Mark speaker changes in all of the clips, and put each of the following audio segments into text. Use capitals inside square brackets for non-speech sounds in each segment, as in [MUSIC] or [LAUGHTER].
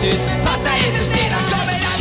Speaker 1: Jesús, pasa en tus venas, comerás.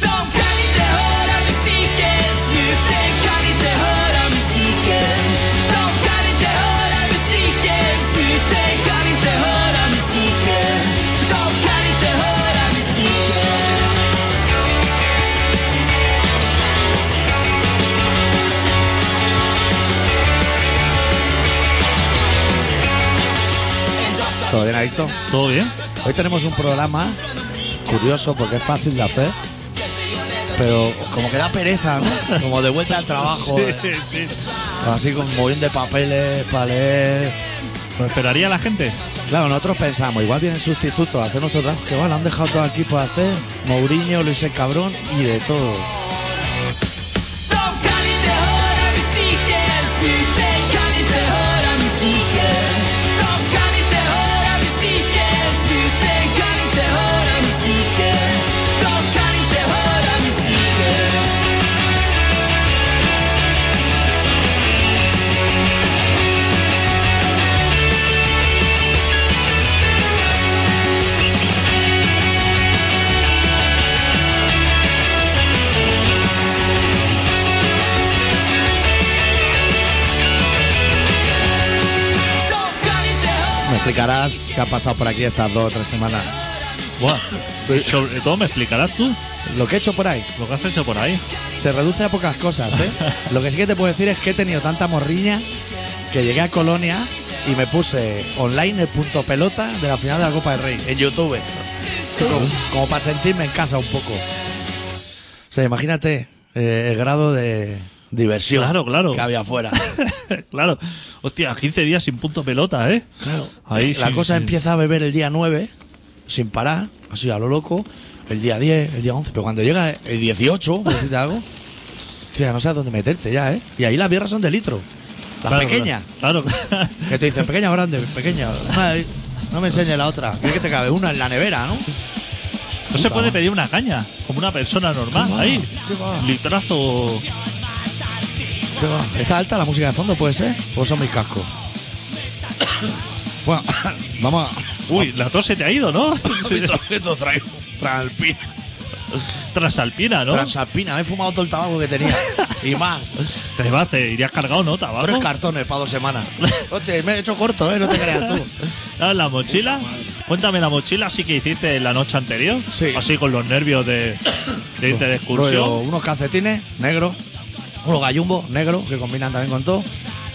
Speaker 1: De kan inte höra musiken, snuten kan inte höra musiken. De kan inte höra musiken, snuten kan inte höra musiken. De kan inte höra musiken. En dag ska
Speaker 2: ¿Todo bien, Adicto?
Speaker 3: ¿Todo bien?
Speaker 2: Hoy tenemos un programa curioso porque es fácil de hacer, pero como que da pereza, ¿no? Como de vuelta al trabajo, eh.
Speaker 3: Sí, sí.
Speaker 2: así con un montón de papeles para leer.
Speaker 3: ¿Lo esperaría la gente?
Speaker 2: Claro, nosotros pensamos, igual tienen sustitutos, hacer nuestro trabajo, que bueno, han dejado todo aquí por hacer, Mourinho, Luis el Cabrón y de todo.
Speaker 1: De kan inte höra musiken, snuten kan inte höra musiken. De kan inte höra musiken, snuten kan inte höra musiken. De kan inte höra musiken. De kan inte höra
Speaker 2: Me explicarás qué ha pasado por aquí estas dos o tres semanas.
Speaker 3: Buah.
Speaker 2: Pues-
Speaker 3: Sobre todo me explicarás tú
Speaker 2: Lo que he hecho por ahí
Speaker 3: lo que has hecho por
Speaker 2: [LAUGHS]
Speaker 3: ahí.
Speaker 2: se reduce a pocas cosas, ¿eh? Lo que sí que te puedo decir es que he tenido tanta morriña que llegué a Colonia y me puse online el punto pelota de la final de la Copa del Rey en YouTube. Como, como para sentirme en casa un poco. O sea, imagínate eh, el grado de diversión
Speaker 3: Claro, claro.
Speaker 2: que había afuera.
Speaker 3: claro. Hostia, 15 días sin punto pelota, ¿eh? Claro. Ahí
Speaker 2: la
Speaker 3: sí,
Speaker 2: cosa
Speaker 3: sí.
Speaker 2: empieza a beber el día 9, sin parar, así a lo loco, el día 10, el día 11, pero cuando llega el 18, por decirte algo, hostia, no sabes dónde meterte ya, ¿eh? Y ahí las birras son de litro, las
Speaker 3: Claro,
Speaker 2: pequeñas,
Speaker 3: Claro.
Speaker 2: que te dicen, pequeña o grande, pequeña, Una de- no me enseñes la otra, ¿qué que te cabe? Una en la nevera, ¿no?
Speaker 3: No se
Speaker 2: Puta
Speaker 3: puede
Speaker 2: madre.
Speaker 3: pedir una caña, como una persona normal,
Speaker 2: va,
Speaker 3: ahí.
Speaker 2: qué va.
Speaker 3: Litrazo.
Speaker 2: ¿Qué va? ¿Está alta la música de fondo, puede ser? ¿O son mis cascos? Bueno, [LAUGHS] vamos a...
Speaker 3: Uy, la tos se te ha
Speaker 2: [LAUGHS]
Speaker 3: ido, ¿no?
Speaker 2: Esto trae transpira.
Speaker 3: [LAUGHS] Transalpina, ¿no?
Speaker 2: Transalpina, me he fumado todo el tabaco que tenía. Y más.
Speaker 3: Te vas, te irías cargado, ¿no?
Speaker 2: Tres
Speaker 3: Tabaco.
Speaker 2: cartones para dos semanas. Hostia, me he hecho corto, ¿eh? No te creas tú.
Speaker 3: Ah, ¿La mochila? Cuéntame la mochila sí que hiciste la noche anterior.
Speaker 2: Sí.
Speaker 3: Así con los nervios de, de irte de
Speaker 2: Rollo,
Speaker 3: excursión.
Speaker 2: unos calcetines negros, unos gallumbos negros que combinan también con todo,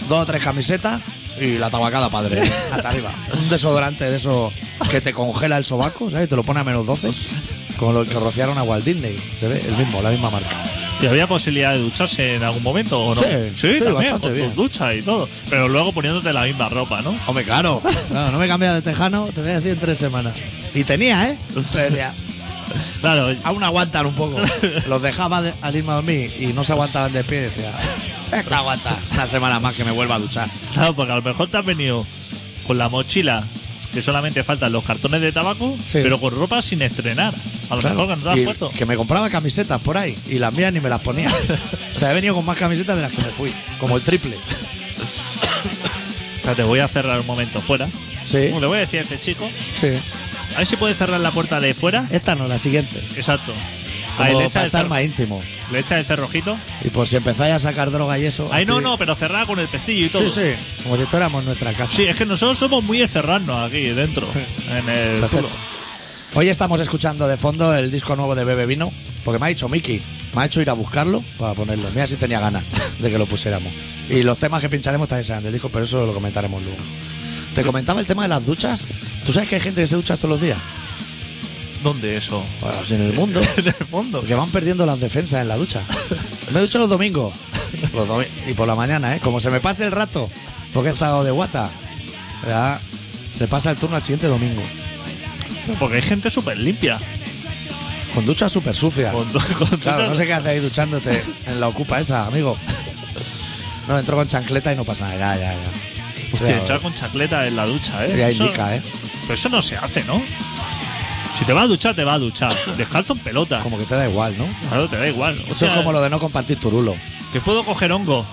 Speaker 2: dos o tres camisetas y la tabacada padre, hasta arriba. Un desodorante de esos que te congela el sobaco, ¿sabes? Te lo pone a menos 12, como lo que rociaron a Walt Disney. Se ve el mismo, la misma marca.
Speaker 3: ¿Y había posibilidad de ducharse en algún momento o no?
Speaker 2: Sí, sí,
Speaker 3: también,
Speaker 2: bastante
Speaker 3: con
Speaker 2: bien.
Speaker 3: tus duchas y todo. Pero luego poniéndote la misma ropa, ¿no?
Speaker 2: Hombre, claro. no me he cambiado de tejano, te voy a decir en tres semanas. Y tenía, ¿eh? Te decía,
Speaker 3: Claro,
Speaker 2: aún aguantan un poco. [LAUGHS] Los dejaba de- al irme a dormir y no se aguantaban de pie. Decía, esta aguanta una semana más que me vuelva a duchar.
Speaker 3: claro, porque a lo mejor te has venido con la mochila que solamente faltan los cartones de tabaco,
Speaker 2: Sí.
Speaker 3: pero con ropa sin estrenar. A lo mejor cuando te
Speaker 2: Y
Speaker 3: has puesto.
Speaker 2: que me compraba camisetas por ahí y las mías ni me las ponía.
Speaker 3: [LAUGHS]
Speaker 2: o sea, he venido con más camisetas de las que me fui, como el triple.
Speaker 3: O sea, te voy a cerrar un momento fuera. [LAUGHS]
Speaker 2: Sí.
Speaker 3: Como Le voy a decir a este chico.
Speaker 2: Sí.
Speaker 3: A ver si puede cerrar la puerta de fuera.
Speaker 2: Esta no, la siguiente.
Speaker 3: Exacto.
Speaker 2: Como
Speaker 3: Ahí le
Speaker 2: para
Speaker 3: echas el,
Speaker 2: estar
Speaker 3: cer-
Speaker 2: más íntimo.
Speaker 3: le echas el cerrojito.
Speaker 2: Y por si empezáis a sacar droga y eso.
Speaker 3: Ahí no,
Speaker 2: así-
Speaker 3: no, pero cerrada con el pestillo y todo.
Speaker 2: Pues Sí, sí. Como si fuéramos nuestra casa.
Speaker 3: Sí, es que nosotros somos muy encerrarnos aquí dentro. En el
Speaker 2: Perfecto.
Speaker 3: zulo.
Speaker 2: Hoy estamos escuchando de fondo el disco nuevo de Bebe Vino, porque me ha dicho Miki, me ha hecho ir a buscarlo para ponerlo. Mira si tenía ganas de que lo pusiéramos. Y los temas que pincharemos también serán del disco, pero eso lo comentaremos luego. Te comentaba el tema de las duchas. ¿Tú sabes que hay gente que se ducha todos los días?
Speaker 3: ¿Dónde eso?
Speaker 2: Pues en el mundo.
Speaker 3: [LAUGHS] en el fondo.
Speaker 2: Porque van perdiendo las defensas en la ducha. Me ducho los domingos. Los domi- y por la mañana, ¿eh? Como se me pase el rato, porque he estado de guata. ya Se pasa el turno al siguiente domingo.
Speaker 3: Porque hay gente súper limpia.
Speaker 2: Con ducha súper sucia.
Speaker 3: Con- con-
Speaker 2: Claro, no sé qué haces ahí duchándote en la ocupa esa, amigo. No, entro con chancleta y no pasa nada. Ya, ya, ya.
Speaker 3: Hostia,
Speaker 2: Ya,
Speaker 3: echar con chacleta en la ducha, ¿eh?
Speaker 2: ya
Speaker 3: Eso-
Speaker 2: indica, ¿eh?
Speaker 3: Pero eso no se hace, ¿no? O Si te vas a duchar, te vas a duchar. Descalzo en pelota.
Speaker 2: Como que te da igual, ¿no?
Speaker 3: Claro, te da igual. O
Speaker 2: Eso
Speaker 3: sea,
Speaker 2: es como lo de no compartir turulo.
Speaker 3: Que puedo coger hongo.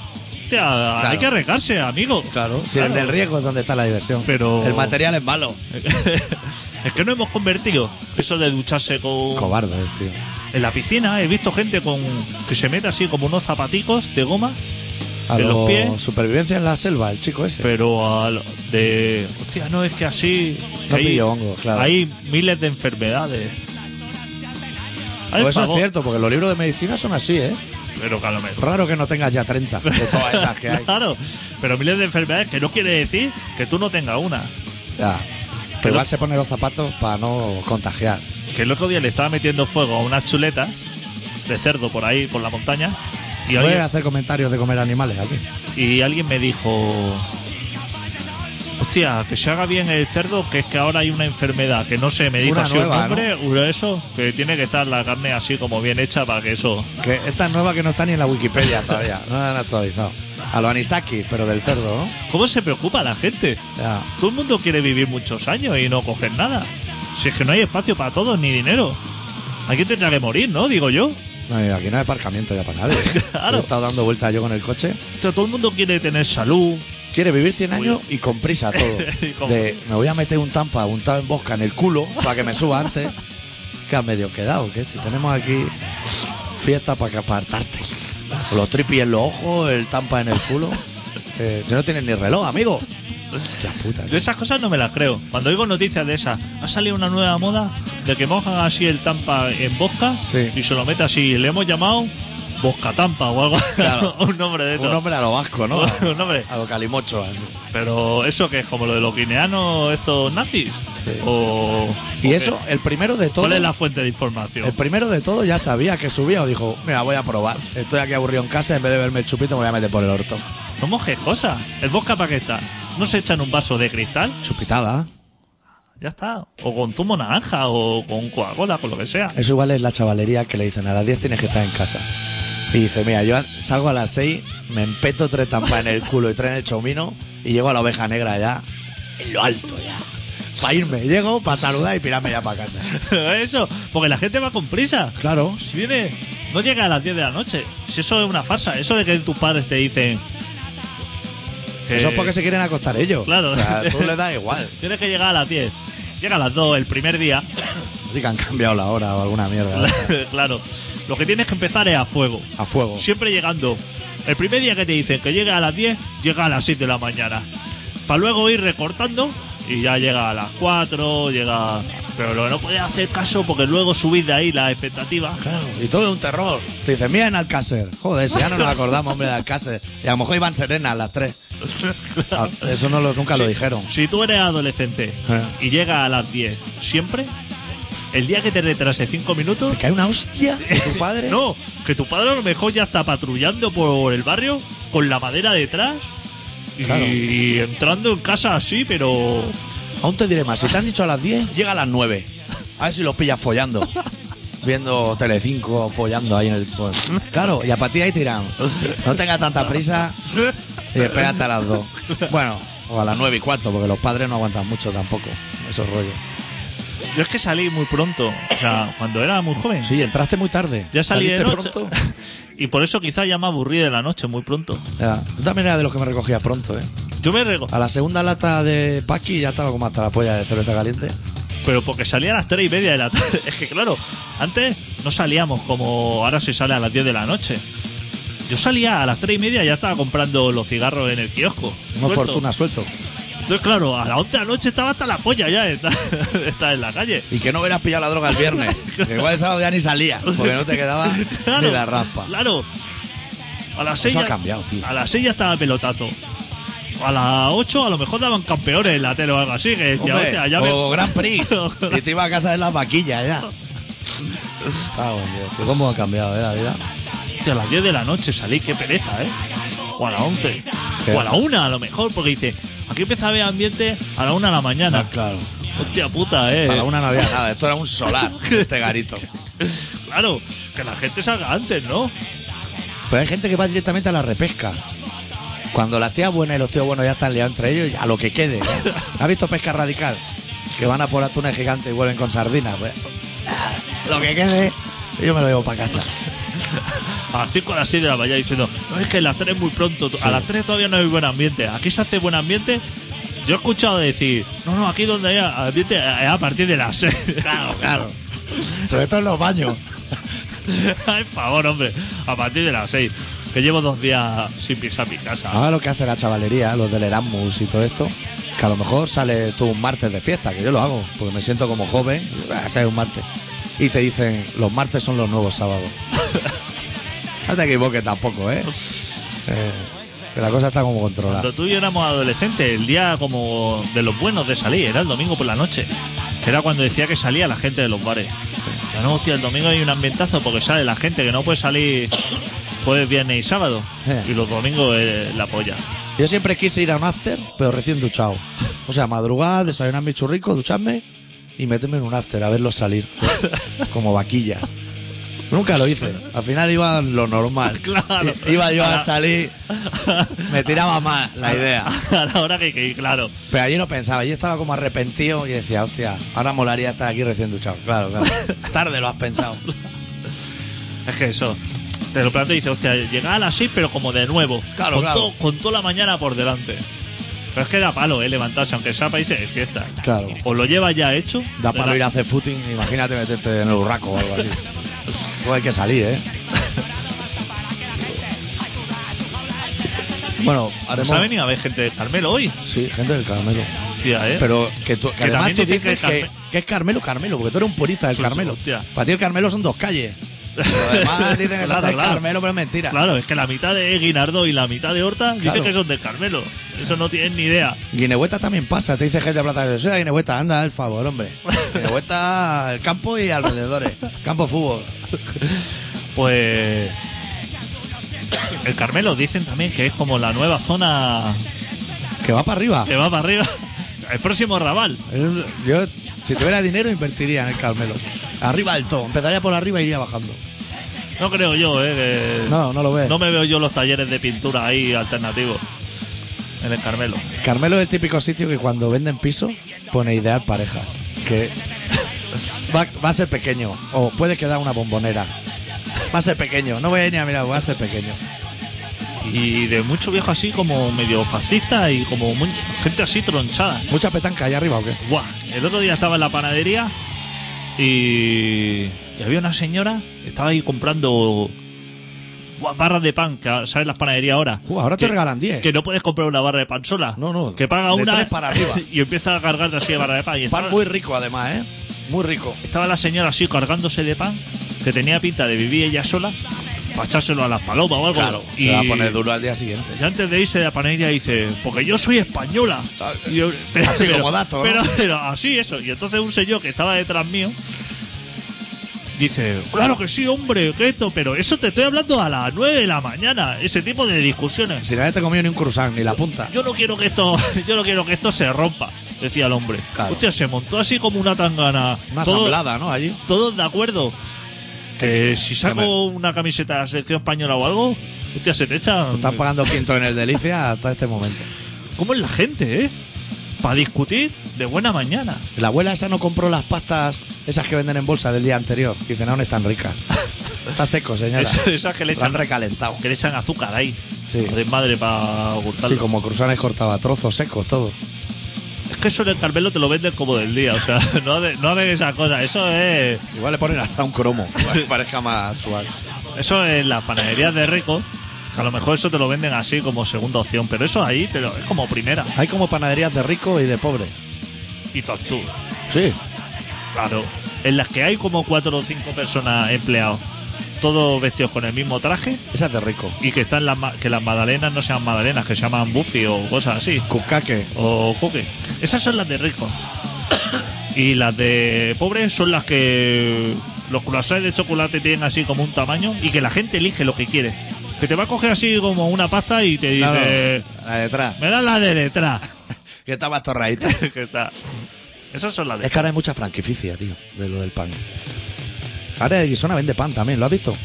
Speaker 3: Hostia, hay que arreglarse, amigo.
Speaker 2: Claro. Si
Speaker 3: Claro.
Speaker 2: en el riesgo es donde está la diversión.
Speaker 3: Pero-
Speaker 2: El material es malo.
Speaker 3: [LAUGHS] es que no hemos convertido eso de ducharse con...
Speaker 2: Uh. Cobarde, eh, tío.
Speaker 3: En la piscina he visto gente con que se mete así como unos zapaticos de goma,
Speaker 2: A
Speaker 3: ¿De los
Speaker 2: lo-
Speaker 3: pies?
Speaker 2: Supervivencia en la selva, el chico ese.
Speaker 3: pero al- de... Hostia, no, es que así...
Speaker 2: No
Speaker 3: que hay-
Speaker 2: pillo hongo, claro.
Speaker 3: Hay miles de enfermedades. Ay,
Speaker 2: Pues eso es
Speaker 3: favor.
Speaker 2: cierto, porque los libros de medicina son así, ¿eh?
Speaker 3: Pero que a lo mejor...
Speaker 2: Raro que no tengas ya 30 de todas esas que hay.
Speaker 3: [LAUGHS] Claro, pero miles de enfermedades que no quiere decir que tú no tengas una.
Speaker 2: Ya.
Speaker 3: Pero-
Speaker 2: Pero igual se pone los zapatos para no contagiar.
Speaker 3: Que el otro día le estaba metiendo fuego a unas chuletas de cerdo por ahí, por la montaña, y,
Speaker 2: Puedes
Speaker 3: alguien,
Speaker 2: hacer comentarios de comer animales aquí.
Speaker 3: y alguien me dijo, hostia, que se haga bien el cerdo, que es que ahora hay una enfermedad, que no sé, me dijo
Speaker 2: Una
Speaker 3: así un
Speaker 2: nueva,
Speaker 3: nombre, uno de esos, que tiene que estar la carne así como bien hecha para que eso...
Speaker 2: Que esta es nueva que no está ni en la Wikipedia todavía. No la han actualizado. A los Anisaki, pero del cerdo, ¿no?
Speaker 3: ¿Cómo se preocupa la gente?
Speaker 2: Ya.
Speaker 3: Todo el mundo quiere vivir muchos años y no coger nada. Si es que no hay espacio para todos ni dinero. Alguien tendrá que morir, ¿no? Digo yo.
Speaker 2: No, y aquí no hay aparcamiento ya para nadie. ¿eh?
Speaker 3: [LAUGHS] Claro.
Speaker 2: He estado dando vueltas yo con el coche.
Speaker 3: O sea, todo el mundo quiere tener salud.
Speaker 2: Quiere vivir 100 años y con prisa
Speaker 3: [LAUGHS] Y
Speaker 2: todo.
Speaker 3: con-
Speaker 2: De, me voy a meter un tampa untado en bosca en el culo para que me suba
Speaker 3: [LAUGHS]
Speaker 2: antes. Que a medio quedado, que si tenemos aquí fiesta para que apartarte. Los tripis en los ojos, el tampa en el
Speaker 3: [LAUGHS]
Speaker 2: culo. Eh, que no tienes ni reloj, amigo. Hostia puta.
Speaker 3: Yo esas cosas no me las creo. Cuando oigo noticias de esas, ha salido una nueva moda de que mojan así el tampa en bosca
Speaker 2: Sí.
Speaker 3: y se lo mete así. Le hemos llamado bosca tampa o algo.
Speaker 2: Claro.
Speaker 3: [LAUGHS] un nombre de
Speaker 2: Un
Speaker 3: eso.
Speaker 2: hombre a lo vasco, ¿no?
Speaker 3: [LAUGHS] Un nombre.
Speaker 2: A lo calimocho. así.
Speaker 3: Pero eso que es como lo de los guineanos, estos nazis.
Speaker 2: Sí.
Speaker 3: O, o
Speaker 2: Y
Speaker 3: qué.
Speaker 2: eso, el primero de todo.
Speaker 3: ¿Cuál es la fuente de información?
Speaker 2: El primero de todo ya sabía que subía o dijo, mira, voy a probar. Estoy aquí aburrido en casa, en vez de verme el chupito me voy a meter por el orto.
Speaker 3: No mojes cosas. El bosca para qué está. No se echan un vaso de cristal,
Speaker 2: Chupitada.
Speaker 3: ya está. O con zumo naranja, o con Coca-Cola, con lo que sea. [LAUGHS]
Speaker 2: Eso igual es la chavalería que le dicen, a las 10 tienes que estar en casa. Y dice, mira, yo salgo a las 6, me empeto tres tampas en el culo y tres en el chomino y llego a la oveja negra ya, en lo alto ya. Para irme, llego, para saludar y pirarme ya para casa.
Speaker 3: eso, porque la gente va con prisa.
Speaker 2: Claro.
Speaker 3: Si viene, no llega a las 10 de la noche. Si eso es una farsa, eso de que tus padres te dicen. que
Speaker 2: Eso es porque se quieren acostar ellos.
Speaker 3: Claro.
Speaker 2: O sea, tú les da igual.
Speaker 3: Tienes que llegar a las 10. Llega a las 2 el primer día.
Speaker 2: Sí que han cambiado la hora o alguna mierda.
Speaker 3: [LAUGHS] claro. Lo que tienes que empezar es a fuego.
Speaker 2: A fuego.
Speaker 3: Siempre llegando. El primer día que te dicen que llega a las 10, llega a las 6 de la mañana. Para luego ir recortando y ya llega a las 4, llega. Pero lo que no puedes hacer caso porque luego subís de ahí las [LAUGHS] expectativas.
Speaker 2: Claro, y todo es un terror. Te dicen, mira en Alcácer. Joder, si ya no nos acordamos, hombre, de Alcácer. Y a lo mejor iban serenas las tres. Ah, Eso no lo, nunca lo dijeron.
Speaker 3: Si tú eres adolescente
Speaker 2: Eh.
Speaker 3: y llegas a las 10 siempre, el día que te retrase 5 minutos.
Speaker 2: Te cae una hostia de tu padre.
Speaker 3: No, que tu padre a lo mejor ya está patrullando por el barrio con la madera detrás y,
Speaker 2: Claro.
Speaker 3: y entrando en casa así, pero.
Speaker 2: Aún te diré más. Si te han dicho a las 10, llega a las 9. A ver si los pillas follando. Viendo Telecinco follando ahí en el... pues, Claro, y a partir de ahí te dirán, no tengas tanta prisa y espérate a las 2. Bueno, o a las 9 y cuarto, porque los padres no aguantan mucho tampoco esos rollos.
Speaker 3: Yo es que salí muy pronto, o sea, cuando era muy joven.
Speaker 2: Sí, entraste muy tarde.
Speaker 3: Ya salí de
Speaker 2: ¿Saliste
Speaker 3: noche.
Speaker 2: pronto?
Speaker 3: [LAUGHS] Y por eso quizá ya me aburrí de la noche muy pronto.
Speaker 2: Ya. Yo también era de los que me recogía pronto, ¿eh?
Speaker 3: Yo me rego.
Speaker 2: A la segunda lata de Paqui ya estaba como hasta la polla de cerveza caliente.
Speaker 3: Pero porque salía a las 3 y media de la tarde. [LAUGHS] Es que claro, antes no salíamos como ahora se sale a las 10 de la noche. Yo salía a las 3 y media y ya estaba comprando los cigarros en el kiosco.
Speaker 2: No
Speaker 3: Suelto.
Speaker 2: fortuna, suelto.
Speaker 3: Entonces, claro, a las 11 de la noche estaba hasta la polla ya de estar, [LAUGHS] de estar en la calle.
Speaker 2: Y que no hubieras pillado la droga el
Speaker 3: [LAUGHS]
Speaker 2: viernes. Que igual el sábado ya ni salía, porque no te quedaba
Speaker 3: Claro,
Speaker 2: ni la rampa.
Speaker 3: Claro. A las 6
Speaker 2: ha cambiado, tío.
Speaker 3: A las 6 ya estaba el pelotazo. A las 8 a lo mejor daban campeones en la tele o algo así. Que decía,
Speaker 2: Hombre,
Speaker 3: "Hostia, ya me-
Speaker 2: o Gran
Speaker 3: [LAUGHS]
Speaker 2: Prix. y te iba a casa de las vaquillas ya. Ah, bueno, tío, que ¿Cómo ha cambiado eh, la vida?
Speaker 3: Hostia, a las 10 de la noche salí, qué pereza, ¿eh? O a las 11.
Speaker 2: ¿Qué?
Speaker 3: O a la 1 a lo mejor, porque dice, aquí empieza a haber ambiente a la 1 de la mañana.
Speaker 2: claro.
Speaker 3: Hostia puta, ¿eh?
Speaker 2: Para la una no había nada, esto era un
Speaker 3: [LAUGHS]
Speaker 2: solar, este garito.
Speaker 3: Claro, que la gente salga antes, ¿no?
Speaker 2: Pero hay gente que va directamente a la repesca. Cuando las tías buenas y los tíos buenos ya están liados entre ellos, a lo que quede. ¿Has visto pesca radical? que van a por atunes gigantes y vuelven con sardinas. pues, ah, Lo que quede, yo me lo llevo para casa.
Speaker 3: A las 5 a las 6 de la mañana diciendo, no es que a las 3 muy pronto, a las 3 todavía no hay buen ambiente. Aquí se hace buen ambiente. Yo he escuchado decir, no, no, aquí donde hay ambiente es a partir de las
Speaker 2: [LAUGHS]
Speaker 3: 6. Claro, claro.
Speaker 2: Sobre todo en los baños.
Speaker 3: [LAUGHS] Ay, por favor, hombre, a partir de las 6. Que llevo dos días sin pisar mi casa.
Speaker 2: Ahora Ah, lo que hace la chavalería, los del Erasmus y todo esto, que a lo mejor sale tú un martes de fiesta, que yo lo hago, porque me siento como joven, ah, sale un martes. Y te dicen, los martes son los nuevos sábados. no te equivoques tampoco, ¿eh? Eh, que la cosa está como controlada.
Speaker 3: Cuando tú y yo éramos adolescentes, el día como de los buenos de salir, era el domingo por la noche. Era cuando decía que salía la gente de los bares. Ya no, hostia, el domingo hay un ambientazo porque sale la gente que no puede salir jueves, viernes y sábado.
Speaker 2: Eh.
Speaker 3: Y los domingos es la polla. [LAUGHS]
Speaker 2: Yo siempre quise ir a un after, pero recién duchado. O sea, madrugar, desayunar mi churrico, ducharme y meterme en un after a verlos salir. como vaquilla. Nunca lo hice. Al final iba lo normal.
Speaker 3: Claro.
Speaker 2: I- Iba yo
Speaker 3: A
Speaker 2: a
Speaker 3: la-
Speaker 2: salir. Me tiraba más la idea.
Speaker 3: A la hora que, que- claro.
Speaker 2: Pero allí no pensaba, allí estaba como arrepentido y decía, hostia, ahora molaría estar aquí recién duchado. Claro, claro. Tarde lo has pensado.
Speaker 3: Es que eso. Te lo planteo y dices, hostia, llegaba a las 6, pero como de nuevo.
Speaker 2: Claro,
Speaker 3: con,
Speaker 2: claro.
Speaker 3: todo- con toda la mañana por delante. Pero es que da palo, ¿eh? Levantarse, aunque sea país de fiesta.
Speaker 2: Claro.
Speaker 3: O lo llevas ya hecho.
Speaker 2: Da
Speaker 3: de
Speaker 2: para
Speaker 3: la-
Speaker 2: ir a hacer footing, imagínate meterte en el burraco o algo así. Pues hay que salir, ¿eh? Bueno,
Speaker 3: Nos ha
Speaker 2: haremos...
Speaker 3: venido a ver gente de Carmelo hoy.
Speaker 2: Sí, gente del Carmelo.
Speaker 3: Hostia, ¿eh?
Speaker 2: Pero que, tú, que
Speaker 3: Que
Speaker 2: además
Speaker 3: también
Speaker 2: tú
Speaker 3: dicen
Speaker 2: dices
Speaker 3: que
Speaker 2: que,
Speaker 3: Carme-
Speaker 2: que es Carmelo, Carmelo, porque tú eres un purista del
Speaker 3: Sí, sí,
Speaker 2: Carmelo.
Speaker 3: hostia.
Speaker 2: Para ti el Carmelo son dos calles. Los
Speaker 3: [LAUGHS]
Speaker 2: demás dicen que son
Speaker 3: Claro,
Speaker 2: del
Speaker 3: claro.
Speaker 2: Carmelo, pero es mentira.
Speaker 3: Claro, es que la mitad de Guinardó y la mitad de Horta dicen
Speaker 2: Claro.
Speaker 3: que son de Carmelo. Eso no tienen ni idea.
Speaker 2: Guinehueta también pasa, te dice gente de plata. Yo soy de Guinehueta, anda, el favor,
Speaker 3: [LAUGHS]
Speaker 2: hombre. Guinehueta, el campo y alrededores. Campo de fútbol.
Speaker 3: Pues. El Carmelo dicen también que es como la nueva zona
Speaker 2: Que va para arriba.
Speaker 3: que va para arriba. [LAUGHS] El próximo Raval.
Speaker 2: Es- Yo, si tuviera dinero, invertiría en el Carmelo. Arriba del todo. Empezaría por arriba e iría bajando.
Speaker 3: No creo yo, ¿eh? que-
Speaker 2: No, no lo ves.
Speaker 3: No me veo yo los talleres de pintura ahí alternativos. En el Carmelo.
Speaker 2: Carmelo es el típico sitio que cuando venden piso pone ideal parejas. Que [LAUGHS] va, va a ser pequeño. O puede quedar una bombonera. Va a ser pequeño. No voy a ir ni a mirar, va a ser pequeño.
Speaker 3: Y de mucho viejo así, como medio fascista y como muy- gente así tronchada.
Speaker 2: Mucha petanca allá arriba o qué?
Speaker 3: Buah, el otro día estaba en la panadería y, y había una señora, estaba ahí comprando buah, barras de pan, que sabes las panaderías ahora.
Speaker 2: Buah, ahora te
Speaker 3: Que-
Speaker 2: regalan 10.
Speaker 3: Que no puedes comprar una barra de pan sola.
Speaker 2: No, no,
Speaker 3: Que paga
Speaker 2: de
Speaker 3: una
Speaker 2: tres para arriba.
Speaker 3: [LAUGHS] y empieza a cargar así de barra de pan. Y
Speaker 2: Pan
Speaker 3: estaba,
Speaker 2: muy rico además, ¿eh? Muy rico.
Speaker 3: estaba la señora así cargándose de pan, que tenía pinta de vivir ella sola, para echárselo a las palomas o algo.
Speaker 2: se va a poner duro al día siguiente.
Speaker 3: Y antes de irse de la panadería dice, porque yo soy española.
Speaker 2: [LAUGHS]
Speaker 3: Y yo-
Speaker 2: Así Ah, como dato, ¿no?
Speaker 3: pero, pero así eso. Y entonces un señor que estaba detrás mío dice, claro que sí, hombre, que esto, pero eso te estoy hablando a las 9 de la mañana, ese tipo de discusiones.
Speaker 2: Si nadie te comió ni un cruzán, ni la punta.
Speaker 3: Yo no quiero que esto, [LAUGHS] yo no quiero que esto se rompa, decía el hombre.
Speaker 2: Claro.
Speaker 3: Hostia, se montó así como una tangana.
Speaker 2: Una
Speaker 3: Todo-
Speaker 2: asamblada, ¿no? Allí.
Speaker 3: todos de acuerdo. Que si
Speaker 2: que
Speaker 3: saco una camiseta de la selección española o algo, hostia, se te echa.
Speaker 2: Están pagando quinto en el Delicia hasta este momento.
Speaker 3: ¿Cómo es la gente, eh? Para discutir de buena mañana.
Speaker 2: La abuela esa no compró las pastas esas que venden en bolsa del día anterior. Que Dice, no, no están [LAUGHS] ricas. Está seco, señora.
Speaker 3: Es- esas que le
Speaker 2: Lo han
Speaker 3: echan,
Speaker 2: recalentado.
Speaker 3: que le echan azúcar ahí.
Speaker 2: Sí.
Speaker 3: De madre para
Speaker 2: Sí,
Speaker 3: gustarlo.
Speaker 2: como cruzanes cortaba trozos secos, todo.
Speaker 3: Es que eso en el Carmelo te lo venden como del día. O sea, [LAUGHS] no, de, no hagan esas cosas. Eso es.
Speaker 2: Igual le ponen hasta un cromo, para que parezca más actual.
Speaker 3: Eso es las panaderías de rico. Que a lo mejor eso te lo venden así como segunda opción. Pero eso ahí te lo- es como primera.
Speaker 2: Hay como panaderías de rico y de pobre.
Speaker 3: Y tú, tú.
Speaker 2: Sí.
Speaker 3: Claro. En las que hay como cuatro o cinco personas empleados. Todos vestidos con el mismo traje.
Speaker 2: Esas de rico.
Speaker 3: Y que están las ma- que las magdalenas no sean magdalenas, que se llaman Buffy o cosas así.
Speaker 2: Cuscaque.
Speaker 3: o coque. Esas son las de ricos. Y las de pobres son las que los croissants de chocolate tienen así como un tamaño y que la gente elige lo que quiere. Que te va a coger así como una pasta y te
Speaker 2: Claro,
Speaker 3: dice,
Speaker 2: la detrás.
Speaker 3: me das la de detrás.
Speaker 2: Que está más torradita.
Speaker 3: [LAUGHS] Que está. Esas son las
Speaker 2: Es
Speaker 3: de...
Speaker 2: que ahora hay mucha franquicia, tío, de lo del pan. Ahora Guisona vende pan también, ¿lo has visto?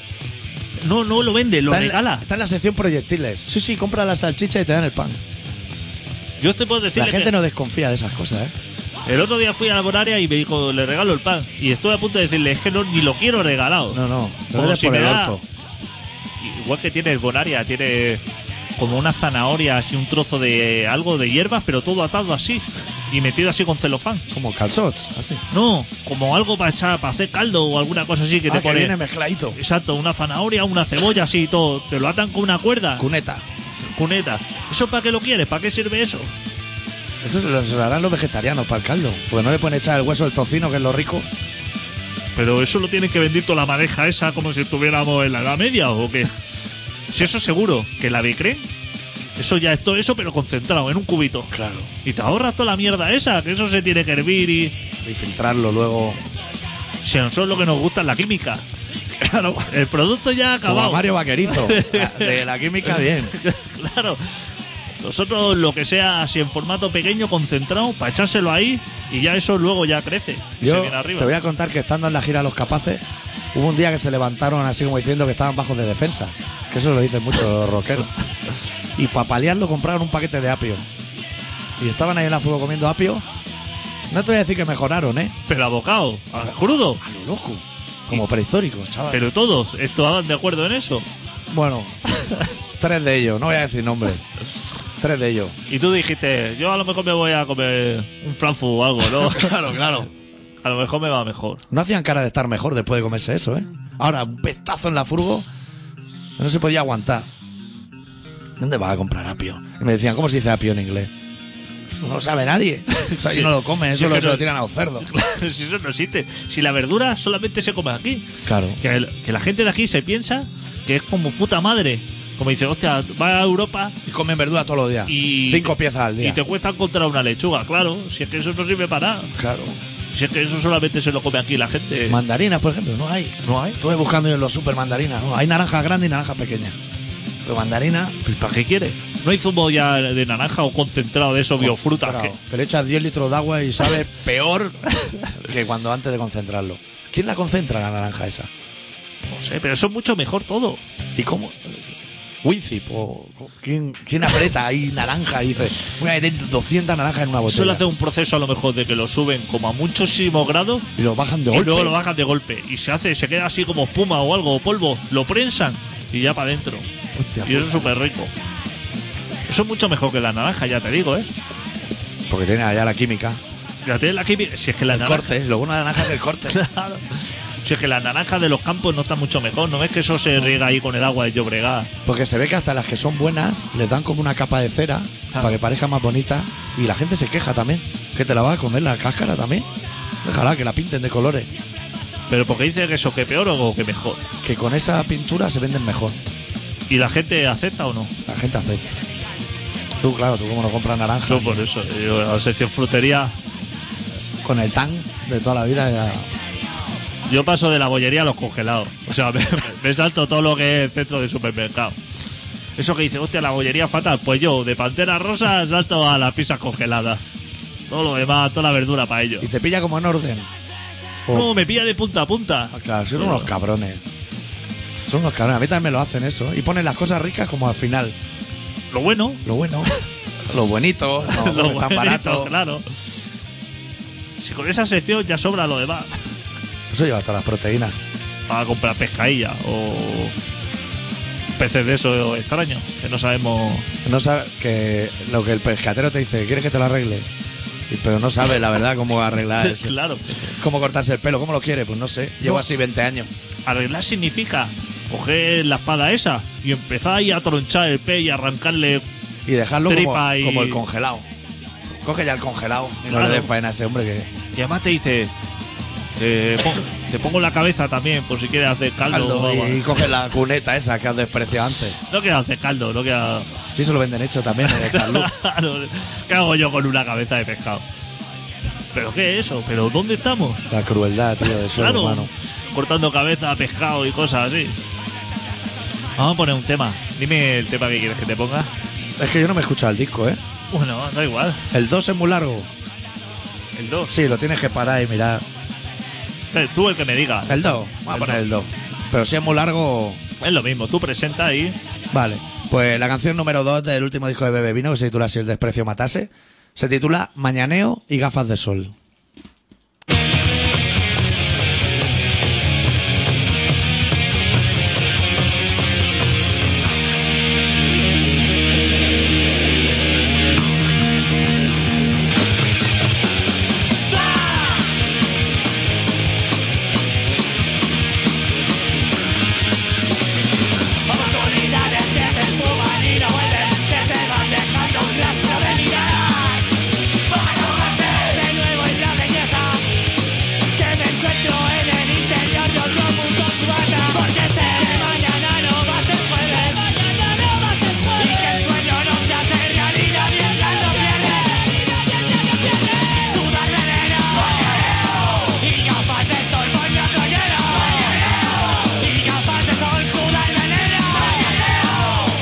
Speaker 3: No, no lo vende, lo
Speaker 2: está, en la,
Speaker 3: regala.
Speaker 2: está en la sección proyectiles. Sí, sí, compra la salchicha y te dan el pan.
Speaker 3: Yo te puedo decir
Speaker 2: La gente no desconfía de esas cosas, ¿eh?
Speaker 3: El otro día fui a la horaria y me dijo, le regalo el pan. Y estuve a punto de decirle, es que no, ni lo quiero regalado.
Speaker 2: No, no. te
Speaker 3: Como
Speaker 2: vayas
Speaker 3: si
Speaker 2: por
Speaker 3: me
Speaker 2: el
Speaker 3: da-
Speaker 2: orto.
Speaker 3: Igual que tiene el bonaria, tiene como unas zanahorias y un trozo de algo de hierbas, pero todo atado así y metido así con celofán.
Speaker 2: Como calzots, así.
Speaker 3: No, como algo para echar, para hacer caldo o alguna cosa así que
Speaker 2: Ah,
Speaker 3: te
Speaker 2: que
Speaker 3: pone.
Speaker 2: viene mezcladito.
Speaker 3: Exacto, una zanahoria, una cebolla así y todo. Te lo atan con una cuerda,
Speaker 2: Cuneta.
Speaker 3: cuneta. ¿Eso para qué lo quieres? ¿Para qué sirve eso?
Speaker 2: Eso se lo, se lo harán los vegetarianos para el caldo. Porque no le pueden echar el hueso del tocino, que es lo rico.
Speaker 3: Pero eso lo tienen que vender toda la madeja esa como si estuviéramos en la Edad Media o qué. Si eso seguro, que la Bicren, eso ya es todo eso, pero concentrado en un cubito.
Speaker 2: Claro.
Speaker 3: Y te ahorras toda la mierda esa, que eso se tiene que hervir y.
Speaker 2: Y filtrarlo luego.
Speaker 3: Si a nosotros lo que nos gusta es la química. Claro, el producto ya ha
Speaker 2: Como a
Speaker 3: acabado.
Speaker 2: Mario Vaquerizo. De la química, bien.
Speaker 3: [LAUGHS] claro. Nosotros lo que sea así en formato pequeño, concentrado, para echárselo ahí y ya eso luego ya crece. y se
Speaker 2: Yo
Speaker 3: viene
Speaker 2: te
Speaker 3: arriba.
Speaker 2: voy a contar que estando en la gira Los Capaces, hubo un día que se levantaron así como diciendo que estaban bajos de defensa. Que eso lo dicen muchos
Speaker 3: [LAUGHS]
Speaker 2: los rockeros. Y para paliarlo compraron un paquete de apio. Y estaban ahí en la fuga comiendo apio. No te voy a decir que mejoraron, ¿eh?
Speaker 3: Pero abocado, al crudo.
Speaker 2: A lo loco. Como prehistóricos, chaval.
Speaker 3: Pero todos estaban de acuerdo en eso.
Speaker 2: Bueno,
Speaker 3: [LAUGHS]
Speaker 2: tres de ellos, no voy a decir nombres. Tres de ellos.
Speaker 3: Y tú dijiste, yo a lo mejor me voy a comer un Frankfurt o algo,
Speaker 2: [LAUGHS]
Speaker 3: ¿no? claro, claro. A lo mejor me va mejor. [LAUGHS]
Speaker 2: No hacían cara de estar mejor después de comerse eso, ¿eh? Ahora, un pestazo en la furgo. No se podía aguantar. ¿Dónde vas a comprar apio? Y me decían, ¿cómo se dice apio en inglés? No lo sabe
Speaker 3: [LAUGHS]
Speaker 2: nadie. O sea,
Speaker 3: Sí.
Speaker 2: y no lo comen,
Speaker 3: Yo
Speaker 2: eso lo,
Speaker 3: que
Speaker 2: se
Speaker 3: no-
Speaker 2: lo tiran a los
Speaker 3: [LAUGHS]
Speaker 2: cerdos.
Speaker 3: si eso no existe. Si la verdura solamente se come aquí.
Speaker 2: Claro.
Speaker 3: Que, el- que la gente de aquí se piensa que es como puta madre. Como dice, hostia, va a Europa
Speaker 2: Y comen verdura todos los días.
Speaker 3: y.
Speaker 2: Cinco piezas al
Speaker 3: Y
Speaker 2: día.
Speaker 3: te cuesta encontrar una lechuga, claro. Si es que eso no sirve para nada.
Speaker 2: Claro.
Speaker 3: Si es que eso solamente se lo come aquí la gente.
Speaker 2: Mandarinas, por ejemplo, no hay.
Speaker 3: no hay.
Speaker 2: Estuve buscando yo en los super mandarinas. No, hay naranjas grandes y naranjas pequeñas. Pero mandarinas.
Speaker 3: Pues, ¿Para qué quiere? No hay zumo ya de naranja o concentrado de eso, biofrutas. [LAUGHS]
Speaker 2: Claro,
Speaker 3: que-
Speaker 2: Pues, que le echas 10 litros de agua y
Speaker 3: [LAUGHS]
Speaker 2: sabe peor que cuando antes de concentrarlo. ¿Quién la concentra la naranja esa?
Speaker 3: no sé, pero eso es mucho mejor todo.
Speaker 2: ¿Y cómo? Winzip o o- ¿quién, quién aprieta ahí naranja y dice, voy a meter 200 naranjas en una
Speaker 3: Eso le
Speaker 2: botella
Speaker 3: hace un proceso a lo mejor de que lo suben como a muchísimos grados
Speaker 2: y lo bajan de
Speaker 3: y
Speaker 2: golpe?
Speaker 3: luego lo bajan de golpe. Y se hace, se queda así como espuma o algo, o polvo. Lo prensan y ya para adentro.
Speaker 2: Hostia,
Speaker 3: Y eso es súper rico. Eso es mucho mejor que la naranja, ya te digo, ¿eh?
Speaker 2: porque tiene allá la química.
Speaker 3: Ya tienes la química. Si es que la naranja.
Speaker 2: Cortes, lo bueno de la naranja es el
Speaker 3: [LAUGHS]
Speaker 2: corte.
Speaker 3: Claro. Si es que la naranja de los campos no está mucho mejor, ¿no ves que eso se riega ahí con el agua de Llobregat?
Speaker 2: Porque se ve que hasta las que son buenas les dan como una capa de cera
Speaker 3: Claro.
Speaker 2: para que parezca más bonita y la gente se queja también. Que te la vas a comer la cáscara también. Déjala que la pinten de colores.
Speaker 3: Pero porque dice que eso que peor o que mejor.
Speaker 2: que con esa pintura se venden mejor.
Speaker 3: ¿Y la gente acepta o no?
Speaker 2: La gente hace. Tú, claro, tú como no compras naranja
Speaker 3: Yo por eso, yo a la sección frutería,
Speaker 2: con el tan de toda la vida. ya-
Speaker 3: yo paso de la bollería a los congelados. O sea, [LAUGHS] me, me salto todo lo que es centro de supermercado. Eso que dice, hostia, la bollería es fatal. Pues yo, de pantera rosa, salto a las pizzas congeladas. Todo lo demás, toda la verdura para ellos.
Speaker 2: Y te pilla como en orden. Oh.
Speaker 3: No, me pilla de punta a punta.
Speaker 2: Ah, Claro, son unos cabrones. Son unos cabrones. A mí también me lo hacen eso. Y ponen las cosas ricas como al final.
Speaker 3: Lo bueno,
Speaker 2: Lo
Speaker 3: [LAUGHS]
Speaker 2: bueno, lo bonito, no,
Speaker 3: lo
Speaker 2: no es tan
Speaker 3: bonito,
Speaker 2: barato.
Speaker 3: claro. Si con esa sección ya sobra lo demás.
Speaker 2: Eso lleva todas las proteínas.
Speaker 3: Para comprar pescadilla o peces de esos extraños que no sabemos.
Speaker 2: No sabes que lo que el pescatero te dice, ¿quieres que te lo arregle? Y- Pero no sabe la verdad cómo
Speaker 3: [LAUGHS]
Speaker 2: arreglar eso.
Speaker 3: Claro.
Speaker 2: ¿Cómo cortarse el pelo? ¿Cómo lo quiere? Pues no sé. Llevo
Speaker 3: No.
Speaker 2: así 20 años.
Speaker 3: Arreglar significa coger la espada esa y empezar ahí a tronchar el pez y arrancarle.
Speaker 2: Y dejarlo como,
Speaker 3: Tripa y-
Speaker 2: como el congelado. Coge ya el congelado y no
Speaker 3: Claro.
Speaker 2: le des faena a ese hombre que.
Speaker 3: Y además te dice. eh, pon- te pongo la cabeza también por si quieres hacer caldo. o algo.
Speaker 2: Hazlo, y coge la cuneta esa que has despreciado antes.
Speaker 3: No quieres hacer caldo, no queda.
Speaker 2: Sí, eso lo venden hecho también en el Carlú.
Speaker 3: [LAUGHS] Claro, ¿Qué hago yo con una cabeza de pescado? ¿Pero qué es eso? ¿Pero dónde estamos?
Speaker 2: La crueldad, tío, de ser
Speaker 3: Claro,
Speaker 2: humano.
Speaker 3: cortando cabeza, pescado y cosas así. Vamos a poner un tema. Dime el tema que quieres que te ponga.
Speaker 2: Es que yo no me he escuchado el disco, ¿eh?
Speaker 3: Bueno, da igual.
Speaker 2: El 2 es muy largo.
Speaker 3: El 2.
Speaker 2: Sí, lo tienes que parar y mirar.
Speaker 3: Tú el que me diga.
Speaker 2: El 2, vamos a
Speaker 3: El
Speaker 2: poner
Speaker 3: dos.
Speaker 2: el 2. Pero si es muy largo,
Speaker 3: Es lo mismo. Tú presenta ahí.
Speaker 2: Vale, pues la canción número 2 del último disco de Bebe Vino, que se titula Si el desprecio matase, Se titula Mañaneo y gafas de sol.
Speaker 1: Oportunidades que se esfuman y no vuelven, que se van dejando un rastro de miradas. Para ahogarse de nuevo en la belleza que me encuentro en el interior de otro mundo cubata. Porque sé que mañana no va a ser jueves, mañana no va a ser jueves. Y que el sueño no se hace realidad y el santo pierde. Sudar veneno, y gafas de sol por mi otro y gafas de sol suda el veneno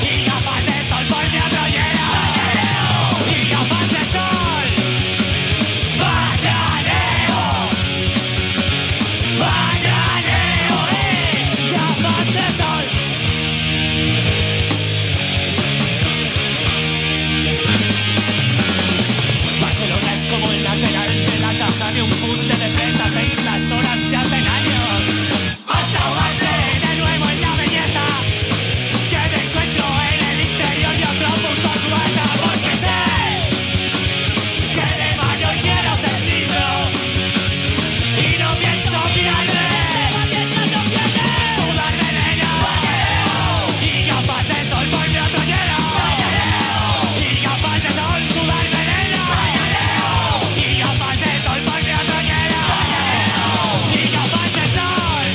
Speaker 1: Y gafas de sol por mi otro lleno Y gafas de sol Mañaneo Mañaneo eh Gafas de sol Barcelona es como el lateral de la caja de un pub de defensa. Seis las horas se hacen años. Hasta ahogarse de nuevo en la belleza. Que me encuentro en el interior de otro punto cubata. Porque sé que de mayor quiero sentirlo. Y no pienso mirarle. Sudar veneno. Y gafas de sol por mi otro hielo. Y gafas de sol, sudar veneno Y gafas de sol, palme otro hielo Y gafas de sol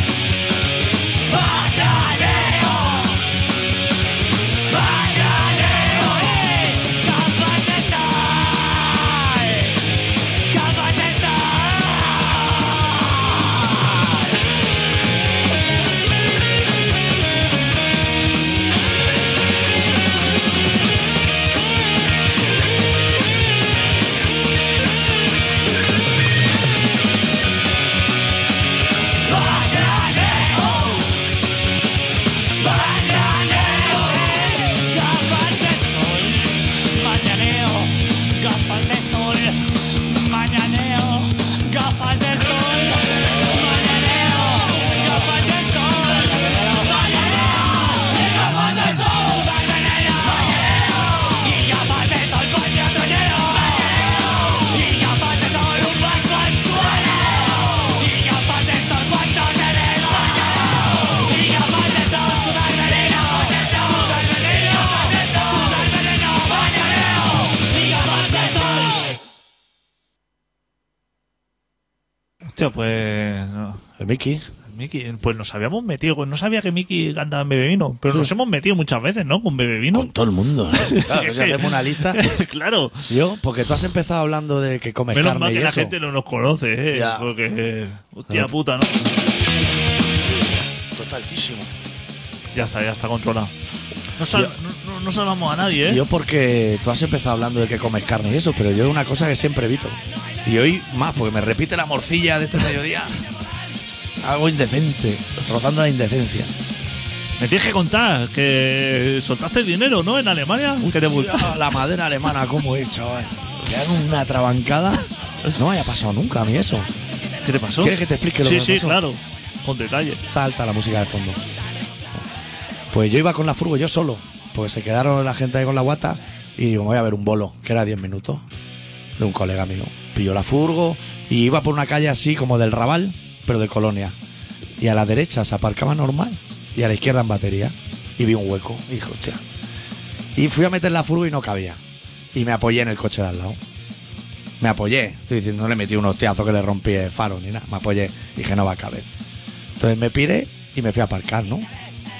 Speaker 1: Bataleo Bataleo Gafas de sol Gafas de sol Bataleo Bataleo Gafas de sol Mañaneo Gafas de sol Mañaneo Gafas de sol Mañaneo Gafas de sol Mañaneo Gafas de sol Sudar veneno Y gafas de sol por mi otro hielo Y gafas de sol un vaso al suelo Y gafas de sol cuánto tenemos Y gafas de sol sudar veneno Sudar veneno Sudar veneno Mañaneo Y gafas de sol
Speaker 3: Hostia, pues. no.
Speaker 2: Mickey.
Speaker 3: Miki, pues nos habíamos metido. con- No sabía que Miki cantaba en Bebe Vino, pero nos hemos metido muchas veces, ¿no? Con Bebe Vino.
Speaker 2: Con todo el mundo.
Speaker 3: [LAUGHS]
Speaker 2: ¿no? Claro, pues si hacemos una lista.
Speaker 3: claro.
Speaker 2: Yo, porque tú has empezado hablando de que comes
Speaker 3: Menos
Speaker 2: carne
Speaker 3: mal que
Speaker 2: y
Speaker 3: la
Speaker 2: eso.
Speaker 3: gente no nos conoce, ¿eh?
Speaker 2: Ya.
Speaker 3: Porque. eh, Hostia
Speaker 2: No.
Speaker 3: puta, ¿no?
Speaker 2: Esto está altísimo.
Speaker 3: Ya está, ya está controlado. No, sal- no, no- no salvamos a nadie, ¿eh?
Speaker 2: Yo porque tú has empezado hablando de que comes carne y eso, pero yo es una cosa que siempre evito. Y hoy más, porque me repite la morcilla de este mediodía. Algo indecente, rozando la indecencia.
Speaker 3: Me tienes que contar que soltaste dinero, ¿no? En Alemania. Que te multaron.
Speaker 2: Ah, La madera alemana, ¿cómo es, chaval? Le dan una trabancada. No haya pasado nunca a mí eso.
Speaker 3: ¿Qué te pasó?
Speaker 2: ¿Quieres que te explique lo
Speaker 3: sí,
Speaker 2: que me
Speaker 3: Sí,
Speaker 2: pasó?
Speaker 3: claro. Con detalle.
Speaker 2: Está alta la música de fondo. Pues yo iba con la furgo yo solo, porque se quedaron la gente ahí con la guata y digo, me voy a ver un bolo, que era 10 minutos, de un colega mío. Pilló la furgo y iba por una calle así como del Raval, pero de Colonia. Y a la derecha se aparcaba normal y a la izquierda en batería. Y vi un hueco, y dije, hostia. Y fui a meter la furgo y no cabía. Y me apoyé en el coche de al lado. Me apoyé, estoy diciendo, no le metí un hostiazo que le rompí el faro ni nada. Me apoyé, dije, no va a caber. Entonces me piré y me fui a aparcar, ¿no?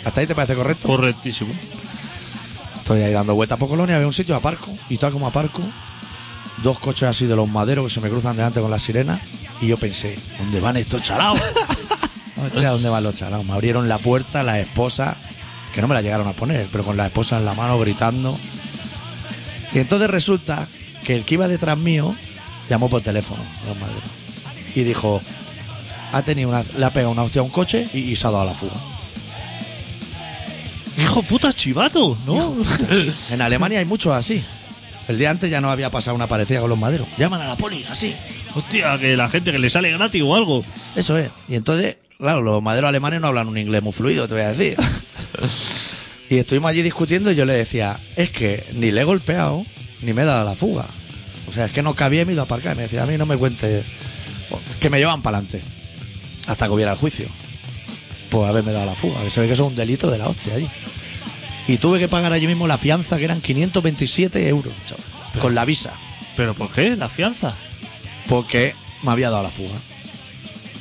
Speaker 2: ¿Hasta ahí te parece correcto?
Speaker 3: Correctísimo.
Speaker 2: Estoy ahí dando vueltas por Colonia, veo un sitio, aparco. Y tal como aparco, dos coches así de los maderos que se me cruzan delante con la sirena. Y yo pensé, ¿dónde van estos chalaos? No, Mira dónde van los chalaos. Me abrieron la puerta, las esposas, que no me la llegaron a poner, pero con las esposas en la mano gritando. Y entonces resulta que el que iba detrás mío llamó por teléfono a los maderos. Y dijo, ha tenido una, le ha pegado una hostia a un coche y, y se ha dado a la fuga.
Speaker 3: Hijo puta chivato, ¿no?
Speaker 2: En Alemania hay muchos así. El día antes ya no había pasado una parecida con los maderos. Llaman a la poli, así.
Speaker 3: [LAUGHS] Hostia, que la gente que le sale gratis o algo.
Speaker 2: Eso es. Y entonces, claro, los maderos alemanes no hablan un inglés muy fluido, te voy a decir. y estuvimos allí discutiendo y yo le decía, es que ni le he golpeado, ni me he dado la fuga. O sea, es que no cabía y me he ido a aparcar. Y me decía, a mí no me cuente que me llevan para adelante. Hasta que hubiera el juicio. Por haberme dado la fuga. Que se ve que eso es un delito de la hostia allí. Y tuve que pagar allí mismo la fianza, que eran 527 euros, chaval, con la visa.
Speaker 3: ¿Pero por qué? ¿La fianza?
Speaker 2: Porque me había dado la fuga.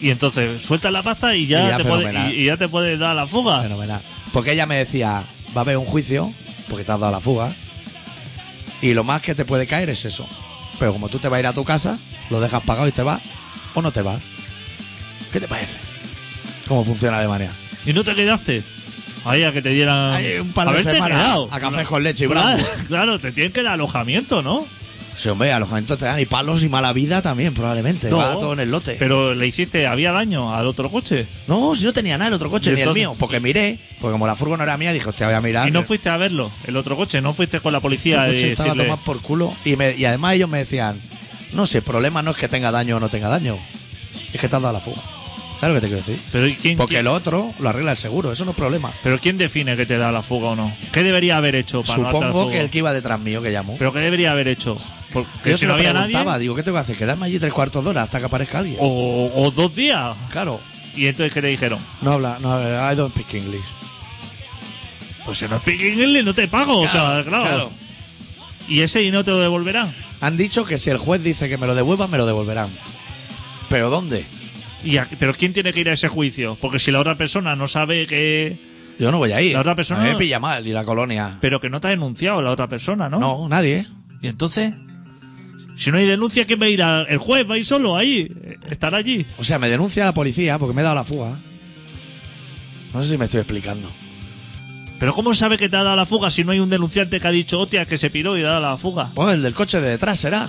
Speaker 3: Y entonces sueltas la pasta y ya,
Speaker 2: Y ya
Speaker 3: te, puede-
Speaker 2: fenomenal.
Speaker 3: y- y ya te puedes dar la fuga.
Speaker 2: Fenomenal. Porque ella me decía, va a haber un juicio, porque te has dado la fuga, y lo más que te puede caer es eso. Pero como tú te vas a ir a tu casa, lo dejas pagado y te vas, o no te vas. ¿Qué te parece? ¿Cómo funciona Alemania?
Speaker 3: Y no te quedaste. Ahí a que te dieran.
Speaker 2: Hay un par de
Speaker 3: Ah. Haberte
Speaker 2: semanas
Speaker 3: quedado.
Speaker 2: a café con leche y
Speaker 3: Claro,
Speaker 2: blanco.
Speaker 3: [LAUGHS] claro, te tienen que dar alojamiento, ¿no?
Speaker 2: Se hombre, alojamiento te dan y palos y mala vida también, probablemente.
Speaker 3: No.
Speaker 2: Va todo en el lote.
Speaker 3: Pero le hiciste, había daño al otro coche.
Speaker 2: No, si no tenía nada el otro coche,
Speaker 3: ¿Y
Speaker 2: ni
Speaker 3: entonces?
Speaker 2: el mío. Porque miré, porque como la furgo no era mía, dije, hostia, voy a mirar.
Speaker 3: y no fuiste a verlo, el otro coche, no fuiste con la policía.
Speaker 2: El
Speaker 3: y
Speaker 2: coche estaba a
Speaker 3: decirle,
Speaker 2: tomar por culo. Y, me- y además ellos me decían, no, si el problema no es que tenga daño o no tenga daño, es que te has dado la fuga. ¿Sabes lo que te quiero decir?
Speaker 3: Pero ¿y quién,
Speaker 2: Porque
Speaker 3: quién-
Speaker 2: lo otro lo arregla el seguro, eso no es problema.
Speaker 3: pero quién define que te da la fuga o no? ¿Qué debería haber hecho para no darte la
Speaker 2: Supongo
Speaker 3: fuga?
Speaker 2: que el que iba detrás mío que llamó.
Speaker 3: ¿Pero qué debería haber hecho? Porque
Speaker 2: Yo
Speaker 3: si
Speaker 2: se
Speaker 3: no
Speaker 2: lo
Speaker 3: había
Speaker 2: preguntaba,
Speaker 3: nadie. Oh.
Speaker 2: digo, ¿qué tengo que hacer? Quedarme allí tres cuartos de hora hasta que aparezca alguien.
Speaker 3: O, o dos días.
Speaker 2: Claro,
Speaker 3: Y entonces, ¿qué te dijeron?
Speaker 2: no habla, no, I don't speak English.
Speaker 3: Pues si no speak English, no te pago. o sea, claro. ¿Y ese dinero te lo devolverán?
Speaker 2: Han dicho que si el juez dice que me lo devuelvan, me lo devolverán. ¿Pero dónde?
Speaker 3: ¿Y a- ¿Pero quién tiene que ir a ese juicio? Porque si la otra persona no sabe que...
Speaker 2: Yo no voy a ir.
Speaker 3: La otra persona
Speaker 2: A mí me
Speaker 3: no-
Speaker 2: pilla mal y la colonia.
Speaker 3: Pero que no te ha denunciado la otra persona, ¿no?
Speaker 2: No, nadie.
Speaker 3: ¿Y entonces? Si no hay denuncia, ¿quién va a ir? A- ¿El juez va a ir solo ahí? ¿Estará allí?
Speaker 2: O sea, me denuncia la policía porque me he dado la fuga. No sé si me estoy explicando.
Speaker 3: ¿Pero cómo sabe que te ha dado la fuga si no hay un denunciante que ha dicho, hostia, que se piró y da la fuga?
Speaker 2: Pues el del coche de detrás será.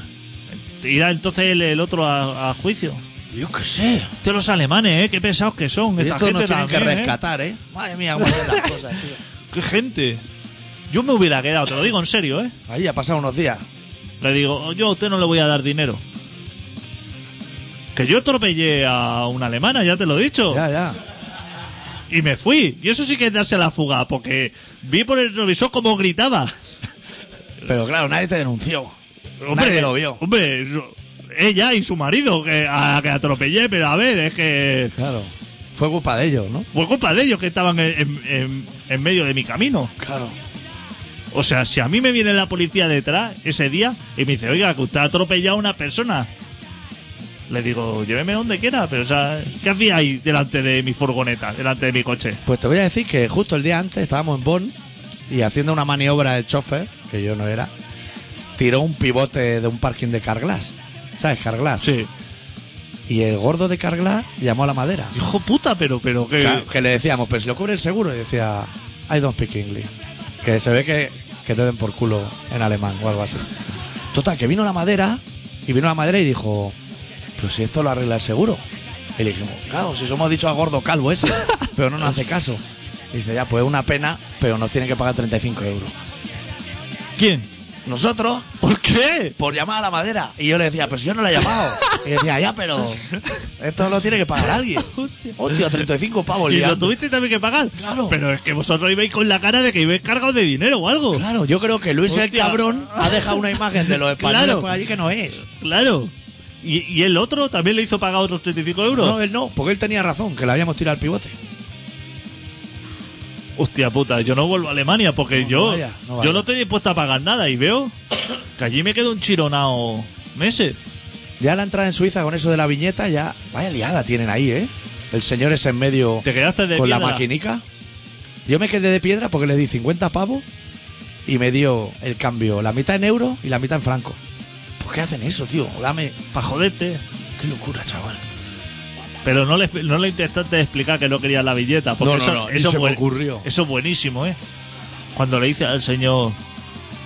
Speaker 3: ¿Irá entonces el, el otro a, a juicio?
Speaker 2: Yo qué sé.
Speaker 3: Hostia, los alemanes, ¿eh? Qué pesados que son.
Speaker 2: Y
Speaker 3: Esta
Speaker 2: esto
Speaker 3: gente
Speaker 2: nos tienen que
Speaker 3: también, ¿eh?
Speaker 2: rescatar, ¿eh? Madre mía, cómo hacen las cosas, tío.
Speaker 3: ¡Qué gente! Yo me hubiera quedado, te lo digo en serio, ¿eh?
Speaker 2: Ahí ha pasado unos días.
Speaker 3: Le digo, "Oh, yo a usted no le voy a dar dinero. Que yo atropellé a una alemana, ya te lo he dicho.
Speaker 2: Ya, ya.
Speaker 3: Y me fui. Y eso sí que es darse la fuga, porque vi por el retrovisor cómo gritaba.
Speaker 2: Pero claro, nadie te denunció.
Speaker 3: Hombre,
Speaker 2: nadie lo vio.
Speaker 3: Hombre, eso- ella y su marido, que, a, que atropellé, pero a ver, es que
Speaker 2: Claro. Fue culpa de ellos, ¿no?
Speaker 3: fue culpa de ellos que estaban en, en- en- en medio de mi camino.
Speaker 2: Claro.
Speaker 3: O sea, si a mí me viene la policía detrás ese día y me dice, oiga, que usted ha atropellado a una persona. Le digo, lléveme donde quiera, pero o sea, ¿qué hacía ahí delante de mi furgoneta, delante de mi coche?
Speaker 2: Pues te voy a decir que justo el día antes estábamos en Bonn y haciendo una maniobra el chofer, que yo no era, tiró un pivote de un parking de Carglass. ¿Sabes? Carglass.
Speaker 3: Sí.
Speaker 2: Y el gordo de Carglass llamó a la madera.
Speaker 3: Hijo puta, pero, pero que...
Speaker 2: Claro, que le decíamos, pero si lo cubre el seguro, y decía, I don't speak English. Que se ve que, que te den por culo en alemán o algo así. Total, que vino la madera, y vino la madera y dijo, pero si esto lo arregla el seguro. Y le dijimos, claro, si somos dicho a gordo calvo ese, pero no nos hace caso. Y dice, ya, pues es una pena, pero nos tienen que pagar 35 euros.
Speaker 3: ¿Quién?
Speaker 2: Nosotros,
Speaker 3: ¿Por qué?
Speaker 2: por llamar a la madera. Y yo le decía, pero si yo no la he llamado. Y decía, ya, pero esto lo tiene que pagar alguien. Hostia, 35 pavos
Speaker 3: Y lo
Speaker 2: liando.
Speaker 3: tuviste también que pagar.
Speaker 2: Claro.
Speaker 3: Pero es que vosotros ibais con la cara de que ibais cargados de dinero o algo.
Speaker 2: Claro, yo creo que Luis el
Speaker 3: Hostia.
Speaker 2: cabrón ha dejado una imagen de los españoles
Speaker 3: Claro.
Speaker 2: por allí que no es.
Speaker 3: Claro. ¿Y, y el otro también le hizo pagar otros 35 euros?
Speaker 2: No, él no, porque él tenía razón, que le habíamos tirado al pivote.
Speaker 3: Hostia puta, yo no vuelvo a Alemania porque
Speaker 2: No,
Speaker 3: yo,
Speaker 2: no vaya, no vaya.
Speaker 3: yo no estoy dispuesto a pagar nada y veo que allí me quedo un chironao meses.
Speaker 2: Ya la entrada en Suiza con eso de la viñeta, ya. Vaya liada tienen ahí, ¿eh? El señor es en medio
Speaker 3: Te quedaste de
Speaker 2: con la
Speaker 3: piedra.
Speaker 2: maquinica. Yo me quedé de piedra porque le di 50 pavos y me dio el cambio, la mitad en euros y la mitad en franco. ¿Por qué hacen eso, tío? Dame.
Speaker 3: Pa' joderte.
Speaker 2: Qué locura, chaval.
Speaker 3: Pero no le, no le intentaste explicar que no quería la billeta. Porque
Speaker 2: No, no,
Speaker 3: eso,
Speaker 2: no, ni
Speaker 3: eso
Speaker 2: se me
Speaker 3: buen-
Speaker 2: ocurrió.
Speaker 3: Eso es buenísimo, ¿eh? Cuando le dice al señor...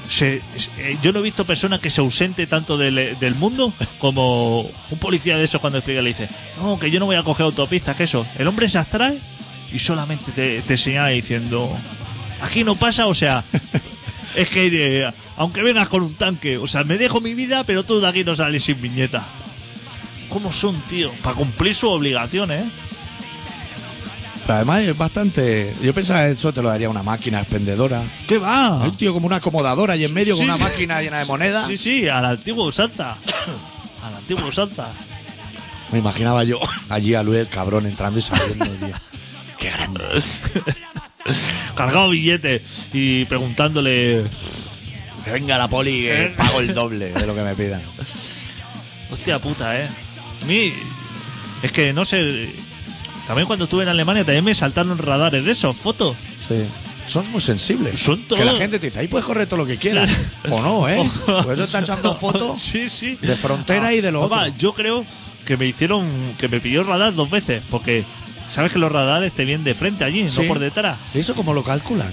Speaker 3: se- se- eh, yo no he visto personas que se ausente tanto del, del mundo como un policía de esos cuando explica le dice, no, que yo no voy a coger autopistas, que eso. El hombre se abstrae y solamente te, te señala diciendo, aquí no pasa, o sea, Es que, eh, aunque vengas con un tanque, o sea, me dejo mi vida, pero tú de aquí no sales sin viñeta. ¿Cómo son, tío? Para cumplir su obligación, ¿eh?
Speaker 2: Pero además es bastante. Yo pensaba que eso te lo daría una máquina expendedora.
Speaker 3: ¿Qué va?
Speaker 2: Hay Un tío como una acomodadora y en medio
Speaker 3: Ah. Sí.
Speaker 2: con una máquina llena de moneda.
Speaker 3: Sí, sí, a la antigua usanza. [COUGHS] A la antigua usanza.
Speaker 2: Me imaginaba yo [LAUGHS] allí a Luis el cabrón entrando y saliendo. tío. Qué grande.
Speaker 3: Cargado billete y preguntándole.
Speaker 2: Que venga la poli que
Speaker 3: ¿Eh?
Speaker 2: pago el doble de lo que me pidan.
Speaker 3: Hostia puta, eh. A mí. Es que no sé. También cuando estuve en Alemania también me saltaron radares de esos, fotos.
Speaker 2: Sí. Son muy sensibles.
Speaker 3: Son
Speaker 2: Que la
Speaker 3: todo.
Speaker 2: gente te dice, ahí puedes correr todo lo que quieras. o no,
Speaker 3: [LAUGHS]
Speaker 2: ¿eh? Por eso está echando fotos.
Speaker 3: Sí, sí.
Speaker 2: de frontera y de lo
Speaker 3: papá,
Speaker 2: otro.
Speaker 3: Yo creo que me hicieron. que me pilló el radar dos veces. Porque sabes que los radares te vienen de frente allí,
Speaker 2: Sí.
Speaker 3: no por detrás.
Speaker 2: ¿Y eso cómo lo calculan?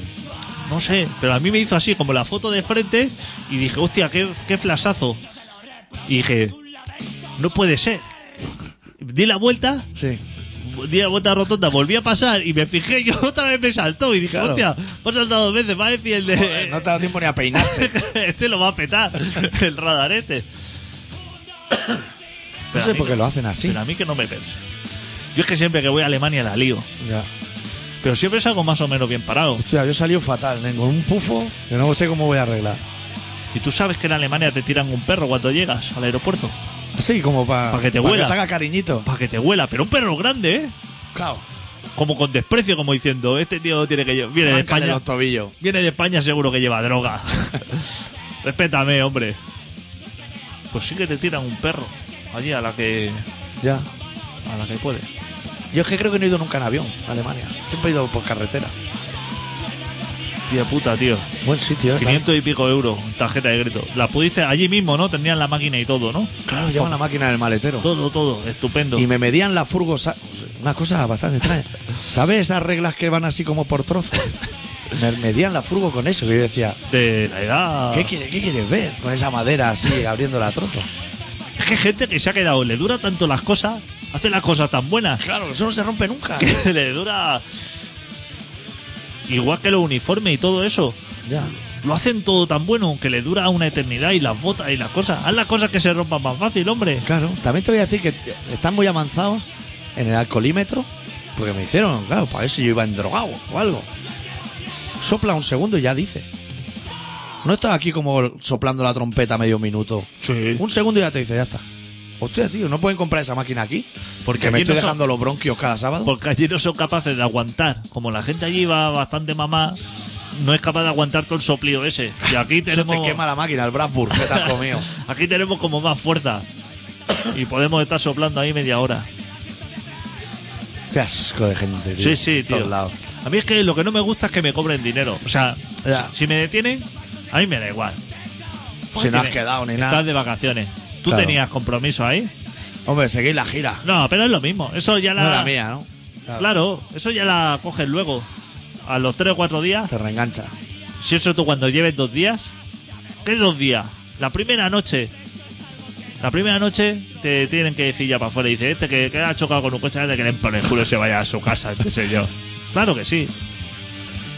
Speaker 3: No sé, pero a mí me hizo así, como la foto de frente, y dije, hostia, qué, qué flasazo. Y dije, no puede ser. Di la vuelta,
Speaker 2: Sí.
Speaker 3: di la vuelta rotonda, volví a pasar y me fijé, yo [LAUGHS] otra vez me saltó y dije,
Speaker 2: Claro.
Speaker 3: hostia, me ha saltado dos veces, va a decir el de...
Speaker 2: No te ha dado tiempo ni a peinarte.
Speaker 3: [LAUGHS] este lo va a petar, el
Speaker 2: [COUGHS]
Speaker 3: radarete.
Speaker 2: No
Speaker 3: Pero a
Speaker 2: sé
Speaker 3: mí
Speaker 2: por
Speaker 3: que-
Speaker 2: qué lo hacen así.
Speaker 3: Pero a mí que no me pese. Yo es que siempre que voy a Alemania la lío,
Speaker 2: Ya.
Speaker 3: pero siempre salgo más o menos bien parado.
Speaker 2: Hostia, yo he salido fatal, nen, con un pufo que no sé cómo voy a arreglar.
Speaker 3: Y tú sabes que en Alemania te tiran un perro cuando llegas al aeropuerto.
Speaker 2: Así como para
Speaker 3: Pa' que te
Speaker 2: que
Speaker 3: huela.
Speaker 2: te haga cariñito.
Speaker 3: Para que te huela, pero un perro grande, ¿eh?
Speaker 2: Claro.
Speaker 3: Como con desprecio, como diciendo, este tío tiene que lle- viene de
Speaker 2: Arráncale
Speaker 3: España.
Speaker 2: los tobillos.
Speaker 3: Viene de España seguro que
Speaker 2: [LAUGHS]
Speaker 3: lleva droga. Respétame, hombre. Pues sí que te tiran un perro allí a la que
Speaker 2: Ya.
Speaker 3: a la que puede.
Speaker 2: Yo es que creo que no he ido nunca en avión a Alemania. Siempre he ido por carretera.
Speaker 3: Tía puta, tío.
Speaker 2: [LAUGHS] Buen sitio, ¿eh?
Speaker 3: 500 y pico euros, tarjeta de crédito. La pudiste allí mismo, ¿no? Tenían la máquina y todo, ¿no?
Speaker 2: Claro, llevan la máquina del maletero.
Speaker 3: Todo, todo. Estupendo.
Speaker 2: Y me medían la furgo. sa- Una cosa bastante extraña. ¿Sabes esas reglas que van así como por [LAUGHS] trozos? Me medían la furgo con eso. Y yo decía,
Speaker 3: De la edad.
Speaker 2: ¿qué, quiere- qué quieres ver? Con esa madera así, abriendo la trozo.
Speaker 3: Es que gente que se ha quedado, le dura tanto las cosas, hace las cosas tan buenas. [LAUGHS]
Speaker 2: Claro, eso no se rompe nunca.
Speaker 3: que le dura. Igual que los uniformes y todo eso.
Speaker 2: Ya.
Speaker 3: Lo hacen todo tan bueno que le dura una eternidad y las botas y las cosas. Haz las cosas que se rompan más fácil, hombre.
Speaker 2: Claro, también te voy a decir que están muy avanzados en el alcoholímetro, porque me hicieron, claro, para eso yo iba en drogado o algo. Sopla un segundo y ya dice. No estás aquí como soplando la trompeta medio minuto.
Speaker 3: Sí.
Speaker 2: Un segundo y ya te dice, ya está. Hostia, tío, ¿no pueden comprar esa máquina aquí?
Speaker 3: Porque
Speaker 2: Que me
Speaker 3: aquí
Speaker 2: estoy
Speaker 3: no son-
Speaker 2: dejando los bronquios cada sábado.
Speaker 3: Porque allí no son capaces de aguantar. Como la gente allí va bastante mamá, no es capaz de aguantar todo el soplío ese.
Speaker 2: [LAUGHS]
Speaker 3: Y aquí
Speaker 2: Eso
Speaker 3: tenemos.
Speaker 2: te quema la máquina, el Bradford, que te has
Speaker 3: [LAUGHS]
Speaker 2: comido.
Speaker 3: Aquí tenemos como más fuerza. Y podemos estar soplando ahí media hora.
Speaker 2: Qué asco de gente, tío.
Speaker 3: Sí, sí,
Speaker 2: Por
Speaker 3: tío.
Speaker 2: Todos lados.
Speaker 3: A mí es que lo que no me gusta es que me cobren dinero. O sea,
Speaker 2: Ya. Pues
Speaker 3: si me detienen, a mí me da igual.
Speaker 2: Si no has
Speaker 3: Pues Tiene-
Speaker 2: quedado ni
Speaker 3: Estás
Speaker 2: nada.
Speaker 3: de vacaciones. ¿Tú
Speaker 2: Claro.
Speaker 3: tenías compromiso ahí?
Speaker 2: Hombre, seguís la gira.
Speaker 3: No, pero es lo mismo. Eso ya la.
Speaker 2: No era mía, ¿no?
Speaker 3: Claro, eso ya la coges luego. A los tres o cuatro días.
Speaker 2: Te reengancha.
Speaker 3: Si eso tú cuando lleves dos días. ¿Qué dos días? La primera noche. La primera noche te tienen que decir ya para afuera. Dice, este que, que ha chocado con un coche, de que le pone el culo y se vaya a su casa, qué sé yo. Claro que sí.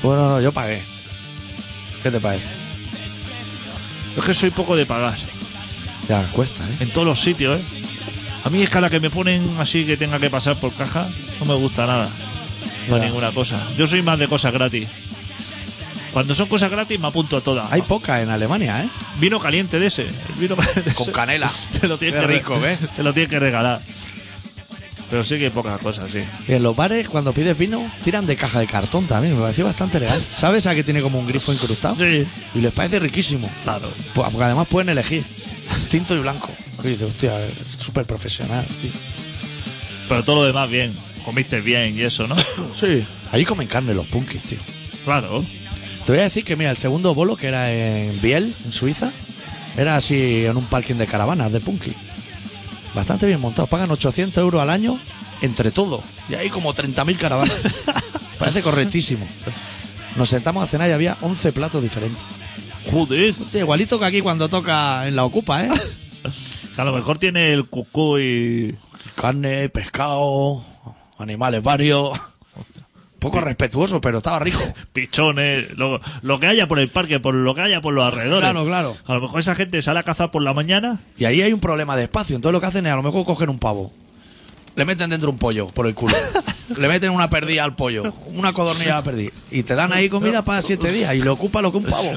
Speaker 2: Bueno, no, yo pagué. ¿Qué te parece?
Speaker 3: Es que soy poco de pagar.
Speaker 2: Ya, cuesta, ¿eh?
Speaker 3: En todos los sitios, ¿eh? A mí es que a la que me ponen así que tenga que pasar por caja, no me gusta nada. Para
Speaker 2: Ya.
Speaker 3: ninguna cosa. Yo soy más de cosas gratis. Cuando son cosas gratis me apunto a todas.
Speaker 2: Hay poca en Alemania, ¿eh?
Speaker 3: Vino caliente de ese. el vino de
Speaker 2: Con
Speaker 3: ese.
Speaker 2: canela.
Speaker 3: [LAUGHS] Te lo tienes
Speaker 2: Qué
Speaker 3: que re-
Speaker 2: rico, ¿eh?
Speaker 3: Te lo tienes que regalar. Pero sí que hay pocas cosas, sí.
Speaker 2: Y en los bares, cuando pides vino, tiran de caja de cartón también. Me pareció bastante legal. ¿Sabes a que tiene como un grifo incrustado?
Speaker 3: Sí.
Speaker 2: Y les parece riquísimo.
Speaker 3: Claro.
Speaker 2: Pues- Porque además pueden elegir [LAUGHS] tinto y blanco. Y dices, hostia, es súper profesional. tío.
Speaker 3: Pero todo lo demás bien. Comiste bien y eso, ¿no? [COUGHS]
Speaker 2: Sí. Allí comen carne los punkis, tío.
Speaker 3: claro.
Speaker 2: Te voy a decir que, mira, el segundo bolo, que era en Biel, en Suiza, era así en un parking de caravanas de punky. Bastante bien montado. Pagan 800 euros al año entre todo. Y hay como 30.000 caravanas. Parece correctísimo. Nos sentamos a cenar y había 11 platos diferentes.
Speaker 3: Joder.
Speaker 2: Hostia, Igualito que aquí cuando toca en la Ocupa, ¿eh?
Speaker 3: A lo mejor tiene el cucú y.
Speaker 2: Carne, pescado, animales varios. Poco respetuoso, pero estaba rico.
Speaker 3: pichones, lo, lo que haya por el parque, por lo que haya por los alrededores.
Speaker 2: Claro, claro.
Speaker 3: A lo mejor esa gente sale a cazar por la mañana. [LAUGHS]
Speaker 2: Y ahí hay un problema de espacio. Entonces lo que hacen es a lo mejor cogen un pavo. Le meten dentro un pollo por el culo. Le meten una perdida al pollo. Una codornilla a la perdida. Y te dan ahí comida para siete días. Y le ocupa lo que un pavo.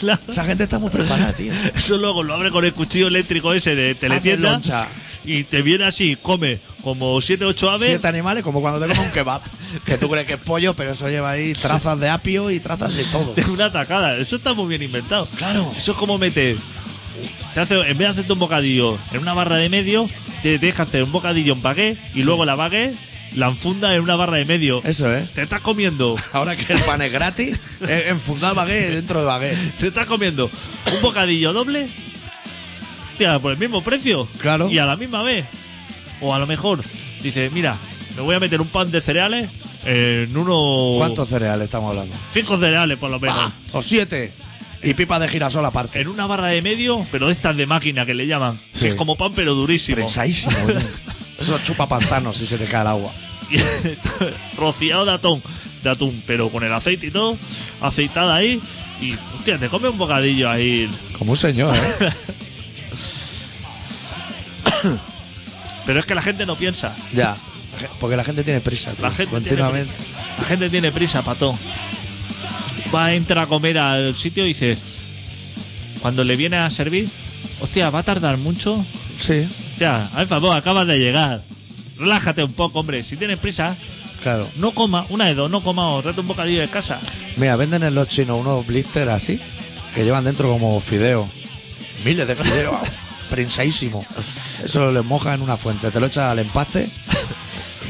Speaker 3: claro.
Speaker 2: Esa gente está muy preparada, tío.
Speaker 3: Eso luego lo abre con el cuchillo eléctrico ese de teletienda.
Speaker 2: loncha.
Speaker 3: Y te viene así, come como siete ocho aves.
Speaker 2: Siete animales, como cuando te comes un kebab. Que tú crees que es pollo, pero eso lleva ahí trazas de apio y trazas de todo.
Speaker 3: de una atacada. Eso está muy bien inventado.
Speaker 2: Claro.
Speaker 3: Eso es como meter. Te hace, en vez de hacerte un bocadillo en una barra de medio, te deja hacer un bocadillo en bagué y luego la bagué la enfunda en una barra de medio.
Speaker 2: Eso es.
Speaker 3: Te estás
Speaker 2: [LAUGHS]
Speaker 3: comiendo,
Speaker 2: Ahora que el pan es gratis, es enfundar bagué dentro de bagué.
Speaker 3: te estás comiendo un bocadillo doble, tía, por el mismo precio.
Speaker 2: Claro.
Speaker 3: Y a la misma vez. O a lo mejor, dices, mira, me voy a meter un pan de cereales en uno.
Speaker 2: ¿Cuántos cereales estamos hablando?
Speaker 3: Cinco cereales por lo menos.
Speaker 2: Ah, O siete. Y pipas de girasol aparte.
Speaker 3: en una barra de medio, pero de estas de máquina que le llaman.
Speaker 2: Sí.
Speaker 3: Es como pan, pero durísimo.
Speaker 2: Prensadísimo. [LAUGHS] coño. Eso chupa pantanos si se te cae el agua.
Speaker 3: [LAUGHS] Y Rociado de atún, de atún, pero con el aceite y todo, aceitada ahí. Y, hostia, te come un bocadillo ahí.
Speaker 2: Como un señor, ¿eh?
Speaker 3: Pero es que la gente no piensa.
Speaker 2: [LAUGHS] ya. Porque la gente tiene prisa, tío.
Speaker 3: La gente
Speaker 2: Continuamente.
Speaker 3: Tiene, prisa. la gente tiene prisa, patón. Va, entra a comer al sitio y dice. Cuando le viene a servir, hostia, va a tardar mucho.
Speaker 2: Sí,
Speaker 3: Hostia, al favor, acabas de llegar. Relájate un poco, hombre. Si tienes prisa,
Speaker 2: claro.
Speaker 3: no coma, una de dos, no coma o trate un bocadillo de casa.
Speaker 2: Mira, venden en los chinos unos blisters así, que llevan dentro como fideos. Miles de [LAUGHS] fideos. Prensadísimo. Eso les moja en una fuente. Te lo echas al empaste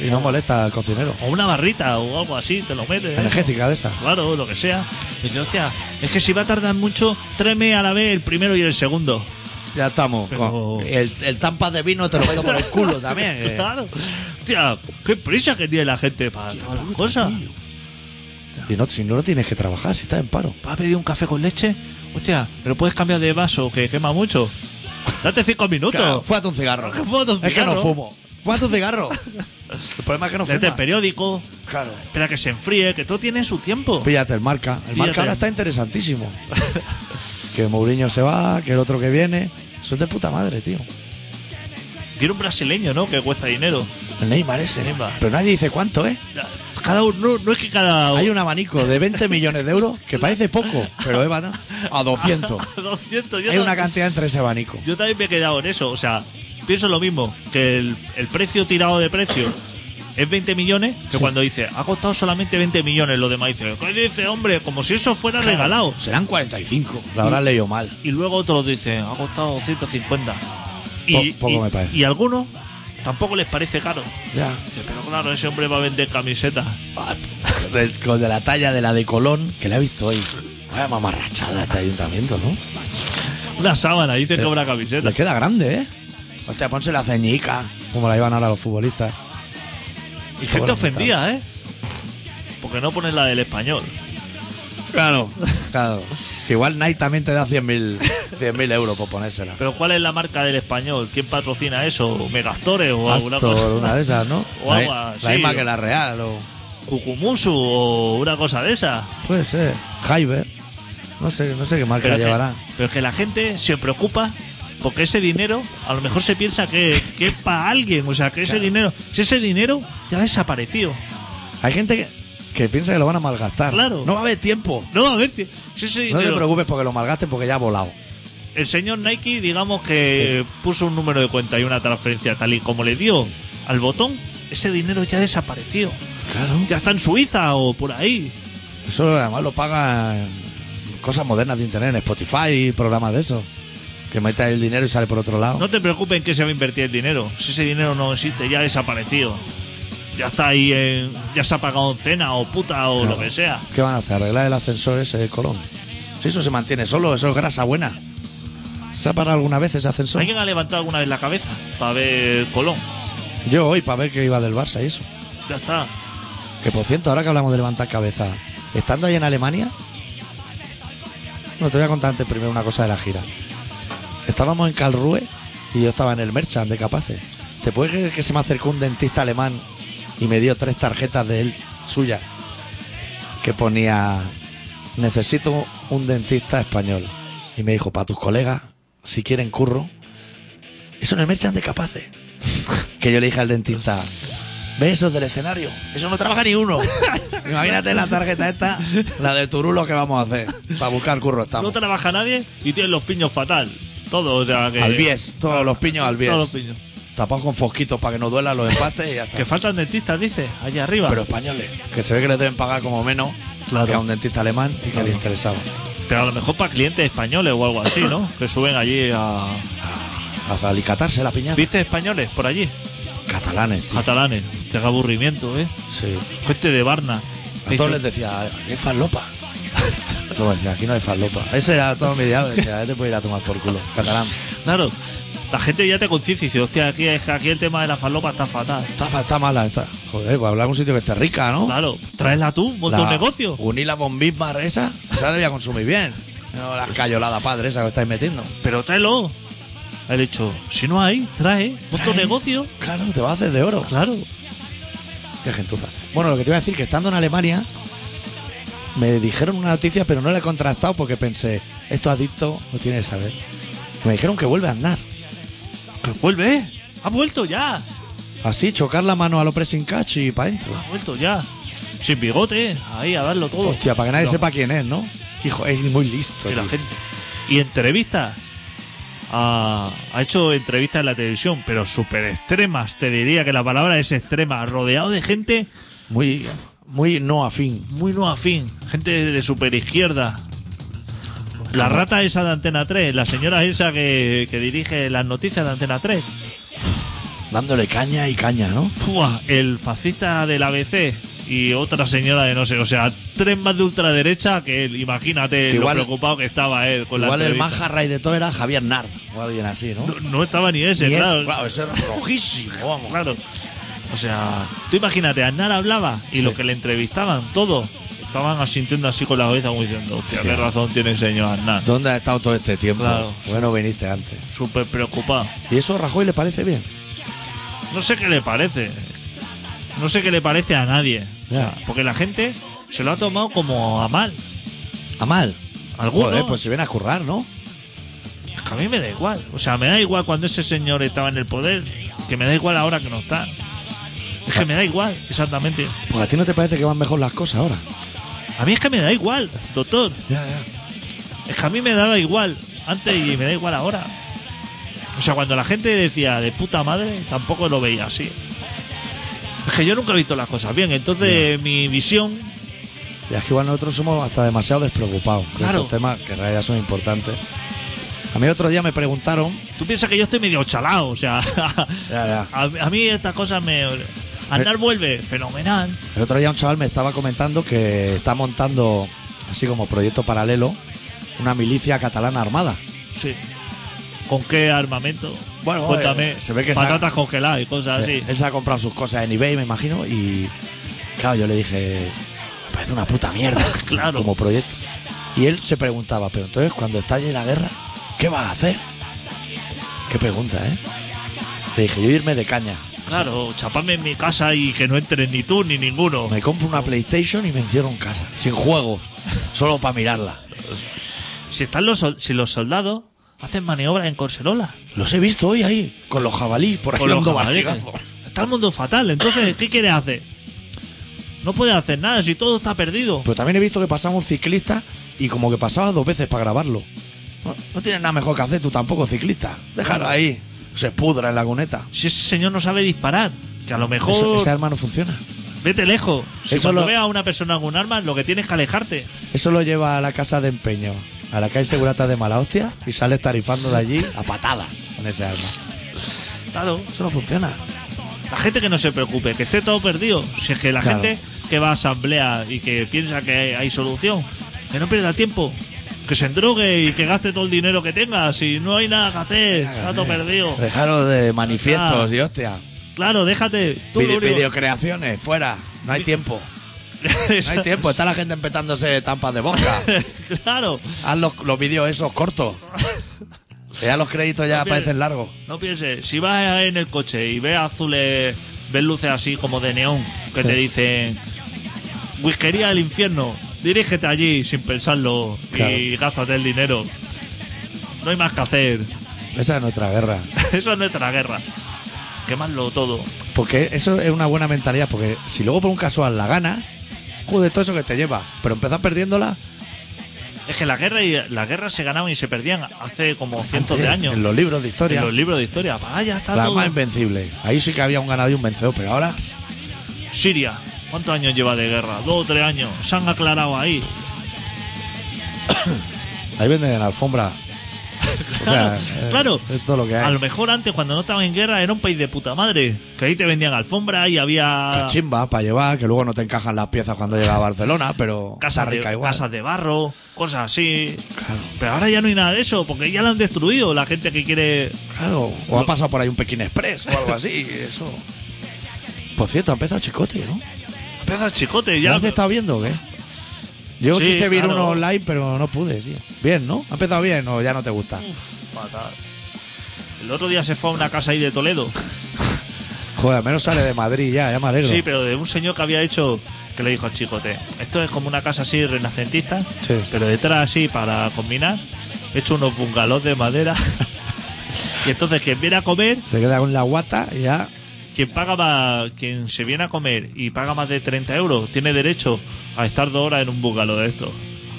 Speaker 2: y no molesta al cocinero.
Speaker 3: O una barrita o algo así, te lo metes.
Speaker 2: Energética de esa.
Speaker 3: Claro, lo que sea. Dice, hostia, es que si va a tardar mucho, tráeme a la vez el primero y el segundo.
Speaker 2: Ya estamos.
Speaker 3: Pero-
Speaker 2: Con- El, el tampa de vino te lo meto por el culo también. eh.
Speaker 3: [LAUGHS] Claro. Hostia, qué prisa que tiene la gente para todas las cosas.
Speaker 2: Y no, si no lo tienes que trabajar, si estás en paro.
Speaker 3: ¿Vas a pedir un café con leche? Hostia, pero puedes cambiar de vaso que quema mucho. Date cinco minutos.
Speaker 2: Claro, fúate un
Speaker 3: [LAUGHS]
Speaker 2: cigarro.
Speaker 3: Fúate un
Speaker 2: Es que no
Speaker 3: cigarro.
Speaker 2: fumo. Fúate un
Speaker 3: [LAUGHS]
Speaker 2: cigarro. El problema es que no
Speaker 3: Léete el
Speaker 2: fuma.
Speaker 3: periódico,
Speaker 2: Claro.
Speaker 3: espera que se enfríe, que todo tiene su tiempo.
Speaker 2: Píllate el marca. El marca
Speaker 3: Píllate.
Speaker 2: ahora está
Speaker 3: [LAUGHS]
Speaker 2: interesantísimo. que Mourinho se va, que el otro que viene. Eso es de puta madre, tío.
Speaker 3: Quiero un brasileño, ¿no? Que cuesta dinero.
Speaker 2: El Neymar ese.
Speaker 3: Neymar.
Speaker 2: Pero nadie dice cuánto, ¿eh?
Speaker 3: Cada uno, no, no es que cada uno.
Speaker 2: Hay un abanico de 20 millones de euros que parece poco, pero es bana- a
Speaker 3: [LAUGHS]
Speaker 2: 200.
Speaker 3: 200, yo
Speaker 2: Hay una
Speaker 3: tam-
Speaker 2: cantidad entre ese abanico.
Speaker 3: Yo también me he quedado en eso. O sea, pienso lo mismo, que el, el precio tirado de precio es 20 millones, que cuando dice, ha costado solamente 20 millones lo demás, dice, ¿qué dice, hombre? Como si eso fuera regalado.
Speaker 2: Serán 45. La habrás leído mal.
Speaker 3: Y luego otros dicen, ha costado 150.
Speaker 2: Po- poco me parece.
Speaker 3: Y algunos tampoco les parece caro.
Speaker 2: Ya.
Speaker 3: Dice, pero claro, ese hombre va a vender camisetas.
Speaker 2: Del- Pues, Con de la talla de la de Colón, que la he visto hoy. Vaya mamarrachada este ayuntamiento, ¿no?
Speaker 3: Una sábana,
Speaker 2: Eh,
Speaker 3: dice que habrá
Speaker 2: Le
Speaker 3: camisetas.
Speaker 2: queda grande, ¿eh? Hostia, ponse la ceñica, como la llevan ahora los futbolistas.
Speaker 3: Y gente
Speaker 2: Cobran
Speaker 3: ofendida, ¿eh? Porque no ponen la del español.
Speaker 2: Claro. Claro. Que Igual Nike también te da 100.000 100.000 euros por ponérsela.
Speaker 3: Pero ¿cuál es la marca del español? ¿Quién patrocina eso? ¿Megastore o alguna
Speaker 2: Astor,
Speaker 3: cosa?
Speaker 2: una de esas, ¿no?
Speaker 3: O
Speaker 2: la,
Speaker 3: agua,
Speaker 2: la
Speaker 3: sí,
Speaker 2: misma
Speaker 3: o-
Speaker 2: que la Real, o...
Speaker 3: ¿Cucumusu o una cosa de esa?
Speaker 2: Puede ser. Jaiber. No sé, no sé qué marca
Speaker 3: es que-
Speaker 2: llevará.
Speaker 3: pero es que la gente se preocupa porque ese dinero a lo mejor se piensa que, que es para alguien. O sea, que ese dinero, si ese dinero ya ha desaparecido.
Speaker 2: Hay gente que, que piensa que lo van a malgastar.
Speaker 3: Claro.
Speaker 2: No va a haber tiempo.
Speaker 3: No, a ver, tío, si ese
Speaker 2: No te
Speaker 3: dinero...
Speaker 2: preocupes porque lo malgasten porque ya ha volado.
Speaker 3: el señor Nike, digamos que puso un número de cuenta y una transferencia tal y como le dio al botón, ese dinero ya ha desaparecido.
Speaker 2: Claro.
Speaker 3: Ya está en Suiza o por ahí.
Speaker 2: Eso además lo pagan cosas modernas de internet, en Spotify y programas de eso. Que metes el dinero y sale por otro lado.
Speaker 3: No te preocupes en qué se va a invertir el dinero. Si ese dinero no existe, ya ha desaparecido. Ya está ahí, en- ya se ha pagado en cena o puta o
Speaker 2: Claro.
Speaker 3: lo que sea.
Speaker 2: ¿Qué van a hacer? ¿Arreglar el ascensor ese de Colón? Si eso se mantiene solo, eso es grasa buena. ¿Se ha parado alguna vez ese ascensor?
Speaker 3: ¿Alguien ha levantado alguna vez la cabeza para ver Colón?
Speaker 2: Yo hoy para ver que iba del Barça y eso.
Speaker 3: Ya está.
Speaker 2: Que por cierto, ahora que hablamos de levantar cabeza, estando ahí en Alemania. No, te voy a contar antes primero una cosa de la gira. Estábamos en Karlsruhe y yo estaba en el Merchant de Capaces. ¿Te puedes creer que se me acercó un dentista alemán y me dio tres tarjetas de él suyas que ponía, necesito un dentista español. Y me dijo, para tus colegas, si quieren curro, eso no es merchan de capaces. [LAUGHS] que yo le dije al dentista, ve esos del escenario, eso no trabaja ni
Speaker 3: [LAUGHS]
Speaker 2: uno. Imagínate la tarjeta esta, la de Turulo que vamos a hacer, para buscar curro
Speaker 3: No
Speaker 2: estamos.
Speaker 3: trabaja nadie y tienen los piños fatal. Todo, o sea que.
Speaker 2: Al 10, todos los piños al 10.
Speaker 3: Todos los piños.
Speaker 2: Tapados con fosquitos para que no duelan los empates y ya está.
Speaker 3: [LAUGHS] Que faltan dentistas, dice, allá arriba.
Speaker 2: Pero españoles, que se ve que le deben pagar como menos
Speaker 3: Claro.
Speaker 2: que a un dentista alemán y que le interesaba.
Speaker 3: Pero a lo mejor para clientes españoles o algo así, ¿no? que suben allí a.
Speaker 2: A alicatarse la piñata.
Speaker 3: ¿Viste españoles por allí?
Speaker 2: Catalanes, tío.
Speaker 3: Catalanes. Qué aburrimiento, ¿eh?
Speaker 2: Sí.
Speaker 3: Gente de Barna.
Speaker 2: A todos les decía, es falopa. [LAUGHS] Todos decían, aquí no hay falopa. Ese era todo mi diablo. Decía, "Ya te puedes ir a tomar por culo, catalán.
Speaker 3: Claro, la gente ya te conciencia y dice, hostia, aquí, aquí el tema de la falopa está fatal.
Speaker 2: Está, fa- está mala esta. Joder, pues hablar de un sitio que esté rica, ¿no?
Speaker 3: Claro, tráela tú, monta un
Speaker 2: La-
Speaker 3: negocio.
Speaker 2: Uní la bombismar esa, esa debía consumir bien. No las cayoladas padre esa que estáis metiendo.
Speaker 3: Pero tráelo. He dicho, si no hay, trae, monta un
Speaker 2: Trae.
Speaker 3: negocio.
Speaker 2: Claro, te vas a hacer de oro.
Speaker 3: Claro.
Speaker 2: Qué gentuza. Bueno, lo que te iba a decir que estando en Alemania me dijeron una noticia, pero no la he contrastado porque pensé, esto adicto no tiene que saber. Me dijeron que vuelve a andar.
Speaker 3: Que vuelve, ¿eh? Ha vuelto ya. Ha
Speaker 2: Así, chocar la mano a lo pressing catch y para adentro.
Speaker 3: vuelto ya. Sin bigote, ahí a darlo todo.
Speaker 2: Hostia, para que nadie
Speaker 3: No,
Speaker 2: sepa quién es, ¿no? Hijo, es muy listo.
Speaker 3: que la
Speaker 2: tío.
Speaker 3: gente. Y entrevistas. Ha, ha hecho entrevistas en la televisión, pero súper extremas. Te diría que la palabra es extrema. Rodeado de gente
Speaker 2: Muy, muy no afín.
Speaker 3: muy no afín, gente de super izquierda. La rata esa de Antena 3, la señora esa que, que dirige las noticias de Antena 3.
Speaker 2: Dándole caña y caña, ¿no?
Speaker 3: Fua, el fascista del ABC y otra señora de no sé, o sea, tres más de ultraderecha que él, imagínate
Speaker 2: Que igual-
Speaker 3: lo preocupado que estaba él con
Speaker 2: Igual
Speaker 3: la
Speaker 2: el más
Speaker 3: entrevista.
Speaker 2: jarray de todo era Javier Nard o alguien así, ¿no?
Speaker 3: No, no estaba ni ese,
Speaker 2: Y es-
Speaker 3: claro.
Speaker 2: claro, ese es rojísimo, vamos.
Speaker 3: [LAUGHS] Claro. O sea, tú imagínate, Aznar hablaba y
Speaker 2: Sí.
Speaker 3: los que le entrevistaban, todo, estaban asintiendo así con la cabeza como diciendo, hostia,
Speaker 2: Sí.
Speaker 3: qué razón tiene el señor Aznar.
Speaker 2: ¿Dónde has estado todo este tiempo?
Speaker 3: Claro.
Speaker 2: Bueno, viniste antes.
Speaker 3: Súper preocupado.
Speaker 2: ¿Y eso a Rajoy le parece bien?
Speaker 3: No sé qué le parece. No sé qué le parece a nadie.
Speaker 2: Ya.
Speaker 3: Porque la gente se lo ha tomado como a mal.
Speaker 2: ¿A mal?
Speaker 3: Alguno.
Speaker 2: Joder, pues si viene a currar, ¿no?
Speaker 3: Es que a mí me da igual. O sea, me da igual cuando ese señor estaba en el poder. Que me da igual ahora que no está. Es que me da igual, exactamente.
Speaker 2: Pues a ti no te parece que van mejor las cosas ahora.
Speaker 3: A mí es que me da igual, doctor.
Speaker 2: Ya, ya.
Speaker 3: Es que a mí me daba igual antes y me da igual ahora. O sea, cuando la gente decía de puta madre, tampoco lo veía así. Es que yo nunca he visto las cosas bien. Entonces, mi visión
Speaker 2: Y es que igual nosotros somos hasta demasiado despreocupados de
Speaker 3: Claro.
Speaker 2: estos temas que en realidad son importantes. A mí otro día me preguntaron
Speaker 3: Tú piensas que yo estoy medio chalado, o sea. [LAUGHS]
Speaker 2: Ya, ya.
Speaker 3: A, a mí estas cosas me. Andar vuelve, fenomenal.
Speaker 2: El otro día un chaval me estaba comentando que está montando, así como proyecto paralelo, una milicia catalana armada.
Speaker 3: Sí. ¿Con qué armamento?
Speaker 2: Bueno,
Speaker 3: cuéntame.
Speaker 2: eh, se ve que
Speaker 3: patatas
Speaker 2: saca-
Speaker 3: congeladas y cosas
Speaker 2: Se-
Speaker 3: así.
Speaker 2: Él se ha comprado sus cosas en eBay, me imagino, y claro, yo le dije, "Me parece una puta mierda
Speaker 3: [LAUGHS] Claro.
Speaker 2: como proyecto. Y él se preguntaba, pero entonces cuando estalle la guerra, ¿qué vas a hacer? Qué pregunta, ¿eh? Le dije, yo irme de caña.
Speaker 3: Claro, chaparme en mi casa y que no entres ni tú ni ninguno.
Speaker 2: Me compro una PlayStation y me encierro en casa, sin juegos, solo para mirarla.
Speaker 3: Si están los sol- si los soldados hacen maniobras
Speaker 2: [LAUGHS]
Speaker 3: en Corselola.
Speaker 2: Los he visto hoy ahí, con los jabalíes por ahí
Speaker 3: Con los
Speaker 2: dando
Speaker 3: jabalíes.
Speaker 2: barrigazos.
Speaker 3: Está el mundo
Speaker 2: [LAUGHS]
Speaker 3: fatal. Entonces, ¿qué quieres hacer? No puedes hacer nada si todo está perdido.
Speaker 2: Pero también he visto que pasaba un ciclista y como que pasaba dos veces para grabarlo. No, no tienes nada mejor que hacer tú tampoco, ciclista. Déjalo ahí. Se pudra en la cuneta.
Speaker 3: Si ese señor no sabe disparar, que a lo mejor.
Speaker 2: Eso, esa arma no funciona.
Speaker 3: Vete lejos. Si
Speaker 2: Eso
Speaker 3: cuando
Speaker 2: lo-
Speaker 3: veas a una persona con un arma, lo que tienes que alejarte.
Speaker 2: Eso lo lleva a la casa de empeño, a la calle segurata de Malahostia y sales tarifando de allí a patadas con ese arma.
Speaker 3: Claro.
Speaker 2: Eso no funciona.
Speaker 3: La gente que no se preocupe, que esté todo perdido. Si es que la
Speaker 2: Claro.
Speaker 3: gente que va a asamblea y que piensa que hay, hay solución, que no pierda tiempo. Que se endrogue y que gaste todo el dinero que tenga. Si no hay nada que hacer, está todo perdido.
Speaker 2: Dejaros de manifiestos y hostia.
Speaker 3: Claro, déjate. Tú lo
Speaker 2: Vide-
Speaker 3: único-
Speaker 2: videocreaciones, fuera. No hay tiempo.
Speaker 3: [LAUGHS]
Speaker 2: No hay tiempo. Está la gente empetándose tampas de boca.
Speaker 3: claro.
Speaker 2: Haz los, los vídeos esos
Speaker 3: [LAUGHS]
Speaker 2: cortos. Que ya los créditos ya
Speaker 3: No pierdes-
Speaker 2: parecen largos.
Speaker 3: No pienses, si vas en el coche y ves azules, ves luces así como de neón, que te dicen Whiskería del infierno. Dirígete allí sin pensarlo y gástate el dinero. No hay más que hacer. [LAUGHS]
Speaker 2: Esa es nuestra guerra.
Speaker 3: Eso es nuestra guerra. Quemadlo todo.
Speaker 2: Porque eso es una buena mentalidad. Porque si luego por un casual la gana, joder, todo eso que te lleva. Pero empezás perdiéndola
Speaker 3: Es que la guerra y la guerra se ganaban y se perdían hace como cientos de
Speaker 2: eh,
Speaker 3: años.
Speaker 2: en los libros de
Speaker 3: En
Speaker 2: historia.
Speaker 3: los libros de historia. Vaya, está
Speaker 2: La
Speaker 3: todo.
Speaker 2: más invencible. Ahí sí que había un ganador y un vencedor, pero ahora.
Speaker 3: Siria. ¿Cuántos años lleva de guerra? Dos o tres años. Se han aclarado ahí.
Speaker 2: Ahí venden en alfombra. O sea, eh,
Speaker 3: [LAUGHS] claro.
Speaker 2: es todo lo que hay.
Speaker 3: A lo mejor antes, cuando no estaban en guerra, era un país de puta madre. Que ahí te vendían alfombra y había.
Speaker 2: Chimba para llevar, que luego no te encajan las piezas cuando llegas a Barcelona, pero casa
Speaker 3: Casas de,
Speaker 2: rica igual.
Speaker 3: casas de barro, cosas así. Pero ahora ya no hay nada de eso, porque ya la han destruido la gente que quiere.
Speaker 2: Claro, o ha pasado por ahí un Pekín Express o algo así, eso. Por cierto, ha empezado Chicote, ¿no?
Speaker 3: Empieza el chicote,
Speaker 2: ¿Ya
Speaker 3: ya.
Speaker 2: has estado viendo o qué? Yo
Speaker 3: Sí,
Speaker 2: quise ver
Speaker 3: claro.
Speaker 2: uno online, pero no pude, tío. Bien, ¿no? ¿Ha empezado bien o ya no te gusta?
Speaker 3: Fatal. El otro día se fue a una casa ahí de Toledo.
Speaker 2: Joder, al menos sale de Madrid ya, ya me alegro.
Speaker 3: Sí, pero de un señor que había hecho que le dijo al chicote, esto es como una casa así renacentista,
Speaker 2: Sí.
Speaker 3: pero detrás así para combinar, he hecho unos bungalows de madera. [LAUGHS] y entonces quien viene a comer,
Speaker 2: Se queda con la guata y ya.
Speaker 3: quien paga más, quien se viene a comer y paga más de 30 euros, tiene derecho a estar dos horas en un bungalow de esto.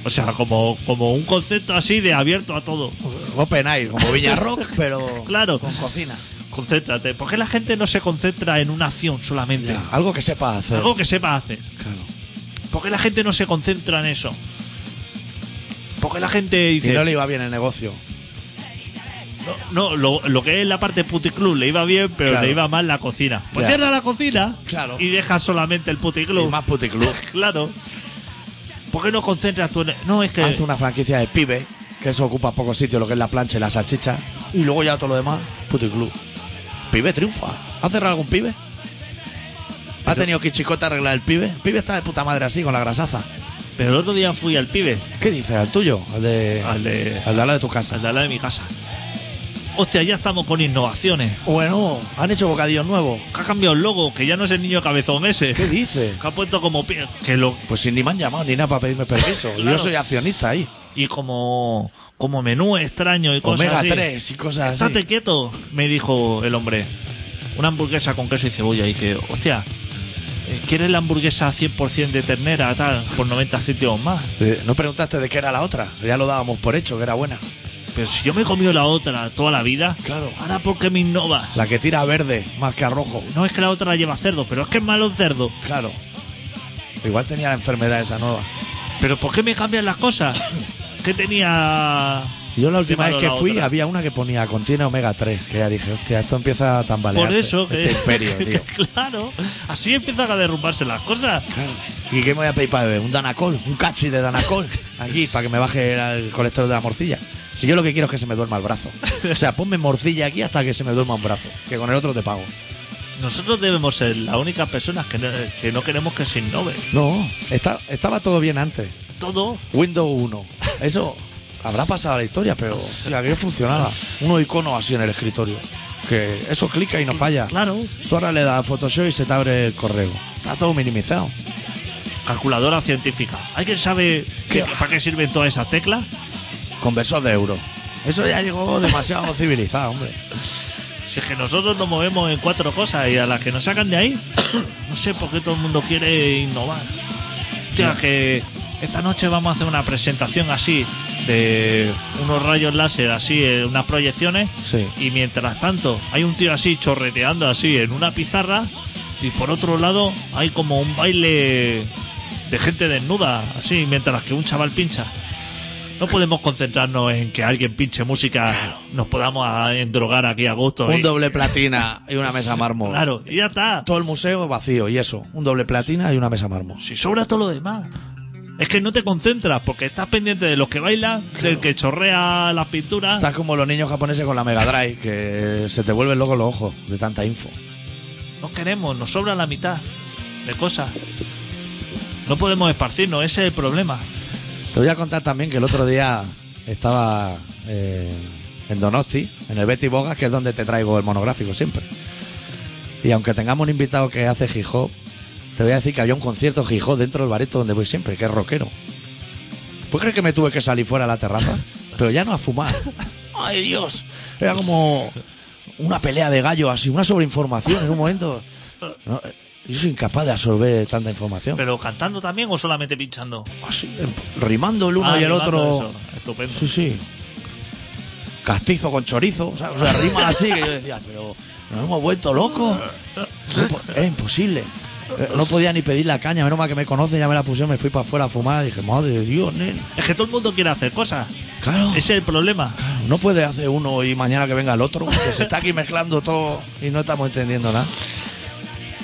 Speaker 3: O sea, como, como un concepto así de abierto a todo.
Speaker 2: Open air,
Speaker 3: [LAUGHS]
Speaker 2: como Villarrock, pero
Speaker 3: Claro.
Speaker 2: con cocina.
Speaker 3: Concéntrate. ¿Por qué la gente no se concentra en una acción solamente?
Speaker 2: Ya, algo que sepa hacer.
Speaker 3: Algo que sepa hacer.
Speaker 2: Claro.
Speaker 3: ¿Por qué la gente no se concentra en eso? ¿Por qué la gente
Speaker 2: Y
Speaker 3: dice...
Speaker 2: no
Speaker 3: No,
Speaker 2: le iba bien el negocio.
Speaker 3: no, lo, lo que es la parte puticlub le iba bien, pero
Speaker 2: Claro.
Speaker 3: le iba mal la cocina. Pues
Speaker 2: Ya.
Speaker 3: cierra la cocina
Speaker 2: Claro.
Speaker 3: y deja solamente el puticlub.
Speaker 2: Y más puticlub.
Speaker 3: claro. ¿Por qué no concentras tú en... No, es que...
Speaker 2: Hace una franquicia de pibe, que eso ocupa poco sitio, lo que es la plancha y la salchicha. Y luego ya todo lo demás, puticlub. Pibe triunfa. ¿Ha cerrado algún pibe? ¿Ha tenido que chicota arreglar el pibe? El pibe está de puta madre así, con la grasaza.
Speaker 3: Pero el otro día fui al pibe,
Speaker 2: ¿Qué dices? ¿Al tuyo? ¿Al de,
Speaker 3: Al de-
Speaker 2: al lado de tu casa?
Speaker 3: al de al lado de mi casa. Hostia, ya estamos con innovaciones.
Speaker 2: Bueno, han hecho bocadillos nuevos.
Speaker 3: Que Ha cambiado el logo, que ya no es el niño cabezón ese.
Speaker 2: ¿Qué dices?
Speaker 3: Que ha puesto como... pie- Que lo,
Speaker 2: Pues si ni me han llamado ni nada para pedirme permiso.
Speaker 3: [LAUGHS]
Speaker 2: Yo
Speaker 3: Claro.
Speaker 2: soy accionista ahí.
Speaker 3: y como, como menú extraño y cosas
Speaker 2: Omega
Speaker 3: así.
Speaker 2: 3 y cosas
Speaker 3: Estate
Speaker 2: así.
Speaker 3: quieto, me dijo el hombre. Una hamburguesa con queso y cebolla. Y dice, hostia, eh, ¿quieres la hamburguesa 100% de ternera, tal, por 90 céntimos más?
Speaker 2: Eh, No preguntaste de qué era la otra. Ya lo dábamos por hecho, que era buena.
Speaker 3: Pero si yo me he comido la otra toda la vida,
Speaker 2: Claro.
Speaker 3: ahora ¿por qué me innovas?
Speaker 2: La que tira a verde más que a rojo.
Speaker 3: No es que la otra lleva cerdo, pero es que es malo el cerdo.
Speaker 2: Claro. Igual tenía la enfermedad esa nueva.
Speaker 3: ¿Pero por qué me cambian las cosas? ¿Qué tenía...?
Speaker 2: Yo la última
Speaker 3: Qué
Speaker 2: vez que
Speaker 3: malo la
Speaker 2: fui
Speaker 3: otra.
Speaker 2: había una que ponía contiene omega 3. Que ya dije, hostia, esto empieza a tambalearse.
Speaker 3: Por eso que...
Speaker 2: Este
Speaker 3: [LAUGHS]
Speaker 2: imperio, tío.
Speaker 3: claro, así empiezan a derrumbarse las cosas.
Speaker 2: Claro. ¿Y qué me voy a pedir para beber? Un Danacol, un cachi de Danacol. Aquí, para que me baje el, el colesterol de la morcilla. Si yo lo que quiero es que se me duerma el brazo. O sea, ponme morcilla aquí hasta que se me duerma un brazo. Que con el otro te pago.
Speaker 3: Nosotros debemos ser las únicas personas que no, que no queremos que se innove.
Speaker 2: No, está- estaba todo bien antes.
Speaker 3: Todo
Speaker 2: Windows 1. Eso habrá pasado a la historia, pero hostia, que funcionaba. Unos iconos así en el escritorio. Que eso clica y no falla.
Speaker 3: Claro.
Speaker 2: Tú ahora le das a Photoshop y se te abre el correo. Está todo minimizado.
Speaker 3: calculadora científica. ¿Alguien sabe
Speaker 2: ¿Qué?
Speaker 3: qué- para qué sirven todas esas teclas?
Speaker 2: Conversor de euros. Eso ya llegó [LAUGHS] demasiado civilizado, hombre.
Speaker 3: Si es que nosotros nos movemos en cuatro cosas y a las que nos sacan de ahí, [COUGHS] no sé por qué todo el mundo quiere innovar. Hostia, que esta noche vamos a hacer una presentación así de unos rayos láser, así, eh, unas proyecciones.
Speaker 2: Sí.
Speaker 3: Y mientras tanto, hay un tío así chorreteando así en una pizarra. Y por otro lado, hay como un baile de gente desnuda, así, mientras que un chaval pincha. No podemos concentrarnos en que alguien pinche música, nos podamos a- endrogar aquí a gusto.
Speaker 2: Un
Speaker 3: y-
Speaker 2: doble platina y una mesa mármol.
Speaker 3: Claro, y ya está.
Speaker 2: Todo el museo vacío y eso. Un doble platina y una mesa mármol.
Speaker 3: Si sobra todo lo demás. Es que no te concentras porque estás pendiente de los que bailan, del que chorrea las pinturas.
Speaker 2: Estás como los niños japoneses con la Mega Drive, que se te vuelven locos los ojos de tanta info.
Speaker 3: No queremos, nos sobra la mitad de cosas. No podemos esparcirnos, ese es el problema.
Speaker 2: Te voy a contar también que el otro día estaba eh, en Donosti, en el Betty Bogas, que es donde te traigo el monográfico siempre. Y aunque tengamos un invitado que hace hip hop, Te voy a decir que había un concierto en Gijón dentro del bareto donde voy siempre, que es rockero. ¿Pues crees que me tuve que salir fuera a la
Speaker 3: [LAUGHS]
Speaker 2: terraza? Pero ya no a fumar. ¡Ay, Dios! Era como una pelea de gallo, así, una sobreinformación en un momento. No, eh, yo soy incapaz de absorber tanta información.
Speaker 3: ¿Pero cantando también o solamente pinchando?
Speaker 2: Así, em- rimando el uno
Speaker 3: Ah,
Speaker 2: y el
Speaker 3: animando
Speaker 2: otro.
Speaker 3: eso. Estupendo.
Speaker 2: Sí, sí. Castizo con chorizo, o sea, o sea, rima así que yo decía, pero nos hemos vuelto locos. No po- Era imposible. Eh, No podía ni pedir la caña, menos mal que me conocen, ya me la pusieron, me fui para afuera a fumar, dije, madre de Dios, nen.
Speaker 3: Es que todo el mundo quiere hacer cosas.
Speaker 2: Claro,
Speaker 3: Ese es el problema.
Speaker 2: no puede hacer uno y mañana que venga el otro, que se está aquí mezclando todo y no estamos entendiendo nada.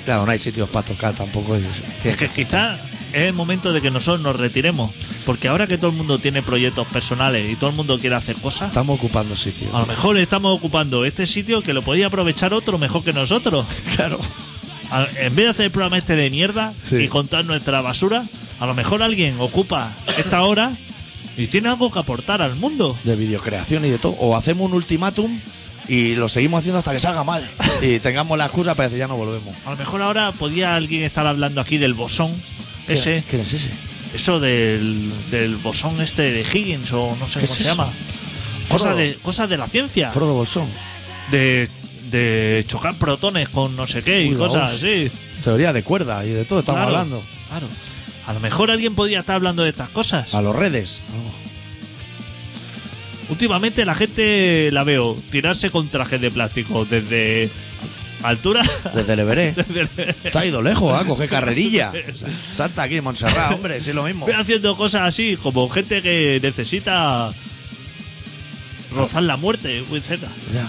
Speaker 2: Claro, no hay sitios para tocar tampoco. y-
Speaker 3: Es que quizá es el momento de que nosotros nos retiremos. Porque ahora que todo el mundo tiene proyectos personales y todo el mundo quiere hacer cosas,
Speaker 2: Estamos ocupando sitios.
Speaker 3: a lo mejor estamos ocupando este sitio que lo podía aprovechar otro mejor que nosotros.
Speaker 2: [LAUGHS] Claro.
Speaker 3: A- en vez de hacer el programa este de mierda
Speaker 2: Sí.
Speaker 3: y contar nuestra basura, a lo mejor alguien ocupa esta hora y tiene algo que aportar al mundo.
Speaker 2: de videocreación y de todo. O hacemos un ultimátum y lo seguimos haciendo hasta que salga mal. Y tengamos la excusa para decir ya no volvemos.
Speaker 3: A lo mejor ahora podía alguien estar hablando aquí del bosón. Ese,
Speaker 2: ¿Quién es ese?
Speaker 3: eso del, del bosón este de Higgins o no sé
Speaker 2: ¿Qué
Speaker 3: cómo
Speaker 2: es
Speaker 3: se
Speaker 2: eso?
Speaker 3: llama. Cosas
Speaker 2: Frodo.
Speaker 3: de, cosas de la ciencia.
Speaker 2: Frodo Bolsón.
Speaker 3: de, de chocar protones con no sé qué y
Speaker 2: Uy, la
Speaker 3: cosas
Speaker 2: hostia.
Speaker 3: así.
Speaker 2: Teoría de cuerda y de todo estamos
Speaker 3: Claro,
Speaker 2: hablando.
Speaker 3: Claro. A lo mejor alguien podía estar hablando de estas cosas.
Speaker 2: A los redes.
Speaker 3: Últimamente la gente la veo tirarse con trajes de plástico desde
Speaker 2: [LAUGHS]
Speaker 3: altura.
Speaker 2: Desde el Everest.
Speaker 3: [LAUGHS] desde-
Speaker 2: Te ha ido lejos, ¿ah? Coge carrerilla. Salta aquí, Montserrat, hombre, sí es lo mismo.
Speaker 3: Voy haciendo cosas así, como gente que necesita rozar la muerte muy cerca.
Speaker 2: Ya.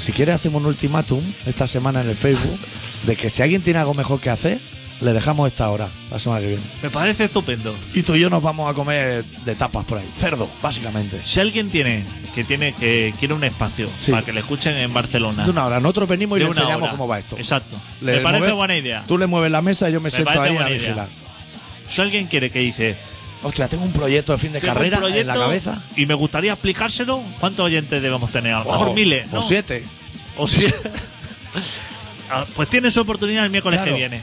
Speaker 2: Si quieres hacemos un ultimátum esta semana en el Facebook de que si alguien tiene algo mejor que hacer, le dejamos esta hora la semana que viene.
Speaker 3: Me parece estupendo.
Speaker 2: Y tú y yo nos vamos a comer de tapas por ahí. Cerdo, básicamente.
Speaker 3: Si alguien tiene que tiene que quiere un espacio
Speaker 2: Sí.
Speaker 3: para que le escuchen en Barcelona.
Speaker 2: De una hora. Nosotros venimos y
Speaker 3: de
Speaker 2: le
Speaker 3: una
Speaker 2: enseñamos
Speaker 3: hora.
Speaker 2: cómo va esto.
Speaker 3: Exacto.
Speaker 2: Le
Speaker 3: Me parece
Speaker 2: mueves-
Speaker 3: buena idea.
Speaker 2: Tú le mueves la mesa y yo me, siento
Speaker 3: parece
Speaker 2: ahí a
Speaker 3: buena idea.
Speaker 2: vigilar.
Speaker 3: Si alguien quiere que dice,
Speaker 2: Hostia, tengo un proyecto de fin de
Speaker 3: tengo un
Speaker 2: carrera en
Speaker 3: proyecto
Speaker 2: la cabeza.
Speaker 3: y me gustaría explicárselo, ¿cuántos oyentes debemos tener? A lo mejor
Speaker 2: O-
Speaker 3: miles,
Speaker 2: O
Speaker 3: ¿no?
Speaker 2: siete.
Speaker 3: O si- Ah, pues tiene su oportunidad el miércoles
Speaker 2: Claro,
Speaker 3: que viene.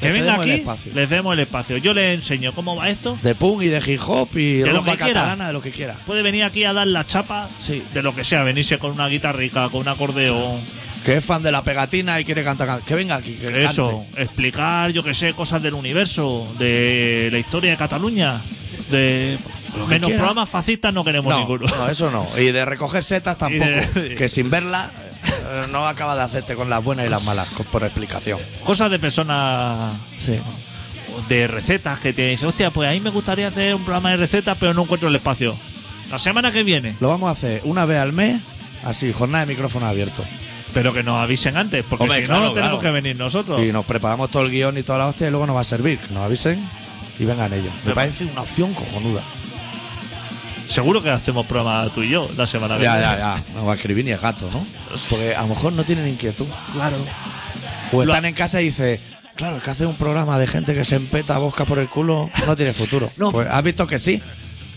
Speaker 3: Que
Speaker 2: Les
Speaker 3: venga
Speaker 2: cedemos el
Speaker 3: aquí,
Speaker 2: espacio.
Speaker 3: les demos el espacio. Yo le enseño cómo va esto.
Speaker 2: De punk y de hip hop y
Speaker 3: De lo
Speaker 2: rumba
Speaker 3: que quiera.
Speaker 2: catalana, de lo que quiera.
Speaker 3: Puede venir aquí a dar la chapa
Speaker 2: Sí.
Speaker 3: de lo que sea, venirse con una guitarrica, con un acordeón,
Speaker 2: Que es fan de la pegatina y quiere cantar. can- Que venga aquí, que cante.
Speaker 3: eso, explicar, yo que sé, cosas del universo, de la historia de Cataluña, de
Speaker 2: Lo que
Speaker 3: menos
Speaker 2: quiera.
Speaker 3: programas fascistas no queremos
Speaker 2: No,
Speaker 3: ninguno.
Speaker 2: no, eso no. Y de recoger
Speaker 3: [LAUGHS]
Speaker 2: setas tampoco.
Speaker 3: de-
Speaker 2: Que sin verla eh, no acaba de hacerte con las buenas y las malas, co- por explicación.
Speaker 3: Cosas de personas
Speaker 2: Sí.
Speaker 3: de recetas que te dicen, hostia, pues a mí me gustaría hacer un programa de recetas, pero no encuentro el espacio. La semana que viene,
Speaker 2: Lo vamos a hacer una vez al mes, así, jornada de micrófono abierto.
Speaker 3: pero que nos avisen antes, porque
Speaker 2: Hombre,
Speaker 3: si
Speaker 2: claro,
Speaker 3: no, no tenemos
Speaker 2: claro.
Speaker 3: que venir nosotros.
Speaker 2: Y nos preparamos todo el guión y toda la hostia y luego nos va a servir. Que nos avisen y vengan ellos. Me parece una opción cojonuda.
Speaker 3: Seguro que hacemos programa tú y yo la semana que
Speaker 2: Ya,
Speaker 3: viene.
Speaker 2: ya, ya. No va a escribir ni el gato, ¿no? Porque a lo mejor no tienen inquietud.
Speaker 3: Claro.
Speaker 2: O
Speaker 3: Lo-
Speaker 2: están en casa y dice claro, es que hacer un programa de gente que se empeta bosca por el culo no tiene futuro.
Speaker 3: No.
Speaker 2: Pues has visto que sí.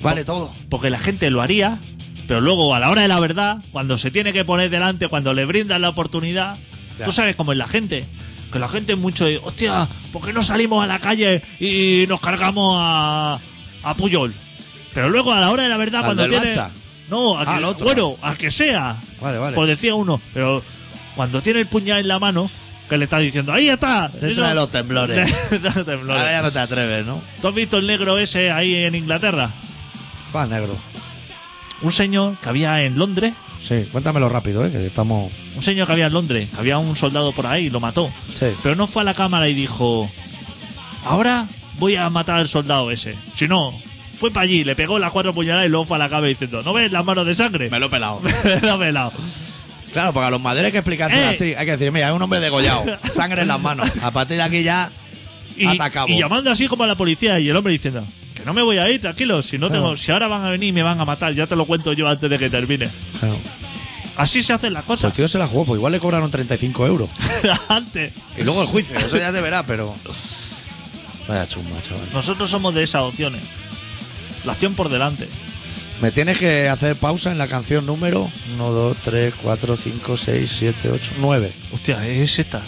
Speaker 2: Vale todo.
Speaker 3: Porque la gente lo haría, pero luego a la hora de la verdad, cuando se tiene que poner delante, cuando le brindan la oportunidad,
Speaker 2: Ya.
Speaker 3: tú sabes cómo es la gente. Que la gente es mucho de, hostia, ¿por qué no salimos a la calle y nos cargamos a, a Puyol? Pero luego a la hora de la verdad,
Speaker 2: ¿Al
Speaker 3: cuando
Speaker 2: del
Speaker 3: tiene.
Speaker 2: Barça?
Speaker 3: No, a que,
Speaker 2: Al otro.
Speaker 3: bueno, a que sea.
Speaker 2: Vale, vale.
Speaker 3: Pues decía uno, pero cuando tiene el puñal en la mano, que le está diciendo, ahí está.
Speaker 2: Te trae los
Speaker 3: [LAUGHS]
Speaker 2: temblores.
Speaker 3: Te trae los temblores.
Speaker 2: Ahora ya no te atreves, ¿no?
Speaker 3: ¿Tú has visto el negro ese ahí en Inglaterra?
Speaker 2: Va, negro.
Speaker 3: Un señor que había en Londres,
Speaker 2: Sí, cuéntamelo rápido, ¿eh? Que estamos...
Speaker 3: un señor que había en Londres, que había un soldado por ahí y lo mató.
Speaker 2: Sí.
Speaker 3: Pero no fue a la cámara y dijo, ahora voy a matar al soldado ese. Si no, fue para allí, le pegó las cuatro puñaladas y luego fue a la cámara diciendo, ¿no ves las manos de sangre? [LAUGHS]
Speaker 2: lo he pelado.
Speaker 3: lo he pelado.
Speaker 2: Claro, porque a los maderos hay que explicarse
Speaker 3: ¡Eh!
Speaker 2: así. Hay que decir, mira, es un hombre degollado. Sangre en las manos. A partir de aquí ya...
Speaker 3: Y,
Speaker 2: Hasta acabo.
Speaker 3: y llamando así como a la policía y el hombre diciendo, que no me voy a ir, tranquilo, si no
Speaker 2: Claro.
Speaker 3: tengo, si ahora van a venir y me van a matar, ya te lo cuento yo antes de que termine.
Speaker 2: Claro.
Speaker 3: Así se hacen las
Speaker 2: Pues el
Speaker 3: cosas.
Speaker 2: tío se la jugó, pues igual le cobraron 35 euros.
Speaker 3: [LAUGHS] antes.
Speaker 2: Y luego el juicio, eso ya se verá, pero. Vaya chumba, chaval.
Speaker 3: Nosotros somos de esas opciones. La acción por delante.
Speaker 2: Me tienes que hacer pausa en la canción número 1, 2, 3, 4, 5, 6, 7, 8, 9.
Speaker 3: Hostia, es esta.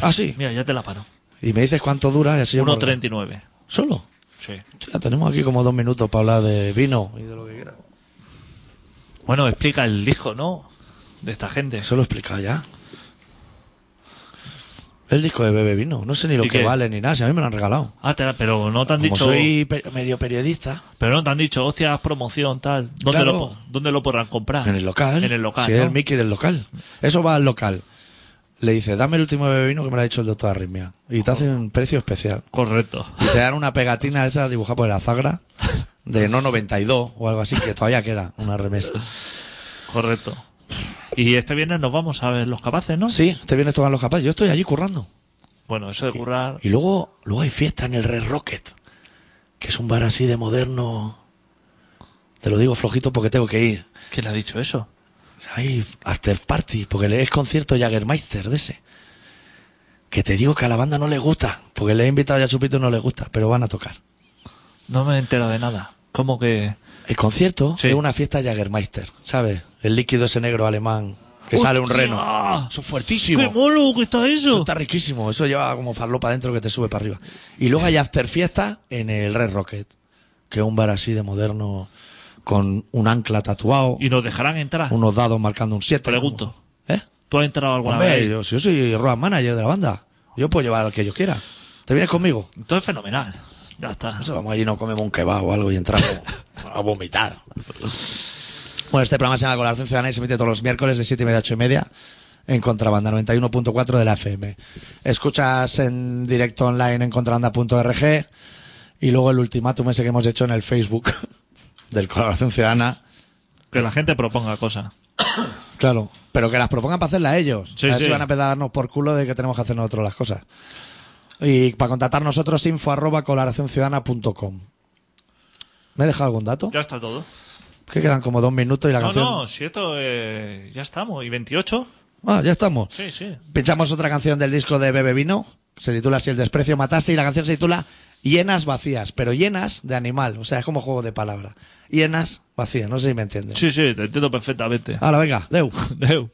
Speaker 2: Ah, sí.
Speaker 3: Mira, ya te la paro.
Speaker 2: Y me dices cuánto dura y así yo me organizo.
Speaker 3: 1.39.
Speaker 2: ¿Solo?
Speaker 3: Sí.
Speaker 2: Ya tenemos aquí como dos minutos para hablar de vino y de lo que quieras.
Speaker 3: Bueno, explica el disco, ¿no? De esta gente.
Speaker 2: Eso lo he explicado ya. El disco de Bebe Vino. No sé ni lo
Speaker 3: ¿Y
Speaker 2: que
Speaker 3: qué?
Speaker 2: vale ni nada. Si a mí me lo han regalado.
Speaker 3: Ah, te- pero no te han
Speaker 2: Como
Speaker 3: dicho.
Speaker 2: soy pe- medio periodista.
Speaker 3: Pero no te han dicho, hostias, promoción, tal. ¿Dónde,
Speaker 2: Claro.
Speaker 3: lo, po- ¿Dónde lo podrán comprar?
Speaker 2: En el local.
Speaker 3: Ah, En el local.
Speaker 2: Si
Speaker 3: ¿no?
Speaker 2: es el Mickey del local. Eso va al local. Le dice, dame el último Bebe Vino que me lo ha dicho el doctor Arritmia. Y te hace un precio especial.
Speaker 3: Correcto.
Speaker 2: Y te dan una pegatina esa dibujada por la zagra. De no 92 o algo así, que todavía queda una
Speaker 3: [LAUGHS]
Speaker 2: remesa.
Speaker 3: Correcto. Y este viernes nos vamos a ver los capaces, ¿no?
Speaker 2: Sí, este viernes tocan los capaces. Yo estoy allí currando.
Speaker 3: Bueno, eso de currar.
Speaker 2: Y luego, luego hay fiesta en el Red Rocket, que es un bar así de moderno. Te lo digo flojito porque tengo que ir.
Speaker 3: ¿Quién le ha dicho eso?
Speaker 2: Hay after party, porque le- es concierto Jaggermeister de ese. Que te digo que a la banda no le gusta, porque le he invitado ya a Chupito y no le gusta, pero van a tocar.
Speaker 3: No me he enterado de nada. ¿Cómo que.?
Speaker 2: El concierto
Speaker 3: Sí.
Speaker 2: es una fiesta Jaggermeister, ¿sabes? El líquido ese negro alemán que sale un
Speaker 3: ¡Hostia!
Speaker 2: reno. Eso es fuertísimo.
Speaker 3: ¡Qué molo que está
Speaker 2: Eso
Speaker 3: eso!
Speaker 2: está riquísimo. Eso lleva como farlopa adentro que te sube para arriba. Y luego hay after fiesta en el Red Rocket, que es un bar así de moderno con un ancla tatuado,
Speaker 3: Y nos dejarán entrar.
Speaker 2: unos dados marcando un 7.
Speaker 3: Pregunto.
Speaker 2: ¿Eh?
Speaker 3: ¿Tú has entrado alguna
Speaker 2: Hombre,
Speaker 3: vez?
Speaker 2: yo, si yo soy road manager de la banda, yo puedo llevar al que yo quiera. ¿Te vienes conmigo?
Speaker 3: Entonces fenomenal. Ya está.
Speaker 2: No sé, vamos allí, nos comemos un kebab o algo y entramos a vomitar. Bueno, este programa se llama Colaboración Ciudadana y se emite todos los miércoles de 7 y media a 8 y media en Contrabanda 91.4 de la FM. Escuchas en directo online en contrabanda.org y luego el ultimátum ese que hemos hecho en el Facebook [LAUGHS] del Colaboración Ciudadana.
Speaker 3: Que la gente proponga cosas.
Speaker 2: Claro, pero que las propongan para hacerlas ellos.
Speaker 3: Sí,
Speaker 2: a ver
Speaker 3: sí.
Speaker 2: si van a pedarnos por culo de que tenemos que hacer nosotros las cosas. Y para contactar nosotros, info arroba colaboracionciudadana.com. ¿Me he dejado algún dato?
Speaker 3: Ya está todo.
Speaker 2: Que quedan como dos minutos y la
Speaker 3: no,
Speaker 2: canción.
Speaker 3: no, si esto. eh, ya estamos. ¿Y 28?
Speaker 2: Ah, ya estamos.
Speaker 3: Sí, sí.
Speaker 2: Pinchamos otra canción del disco de Bebe Vino. Se titula Si el desprecio matase. Y la canción se titula Hienas vacías. Pero hienas de animal. O sea, es como juego de palabra. Hienas vacías. No sé si me entiendes.
Speaker 3: Sí, sí, te entiendo perfectamente.
Speaker 2: Ahora, venga, Deu.
Speaker 3: Deu.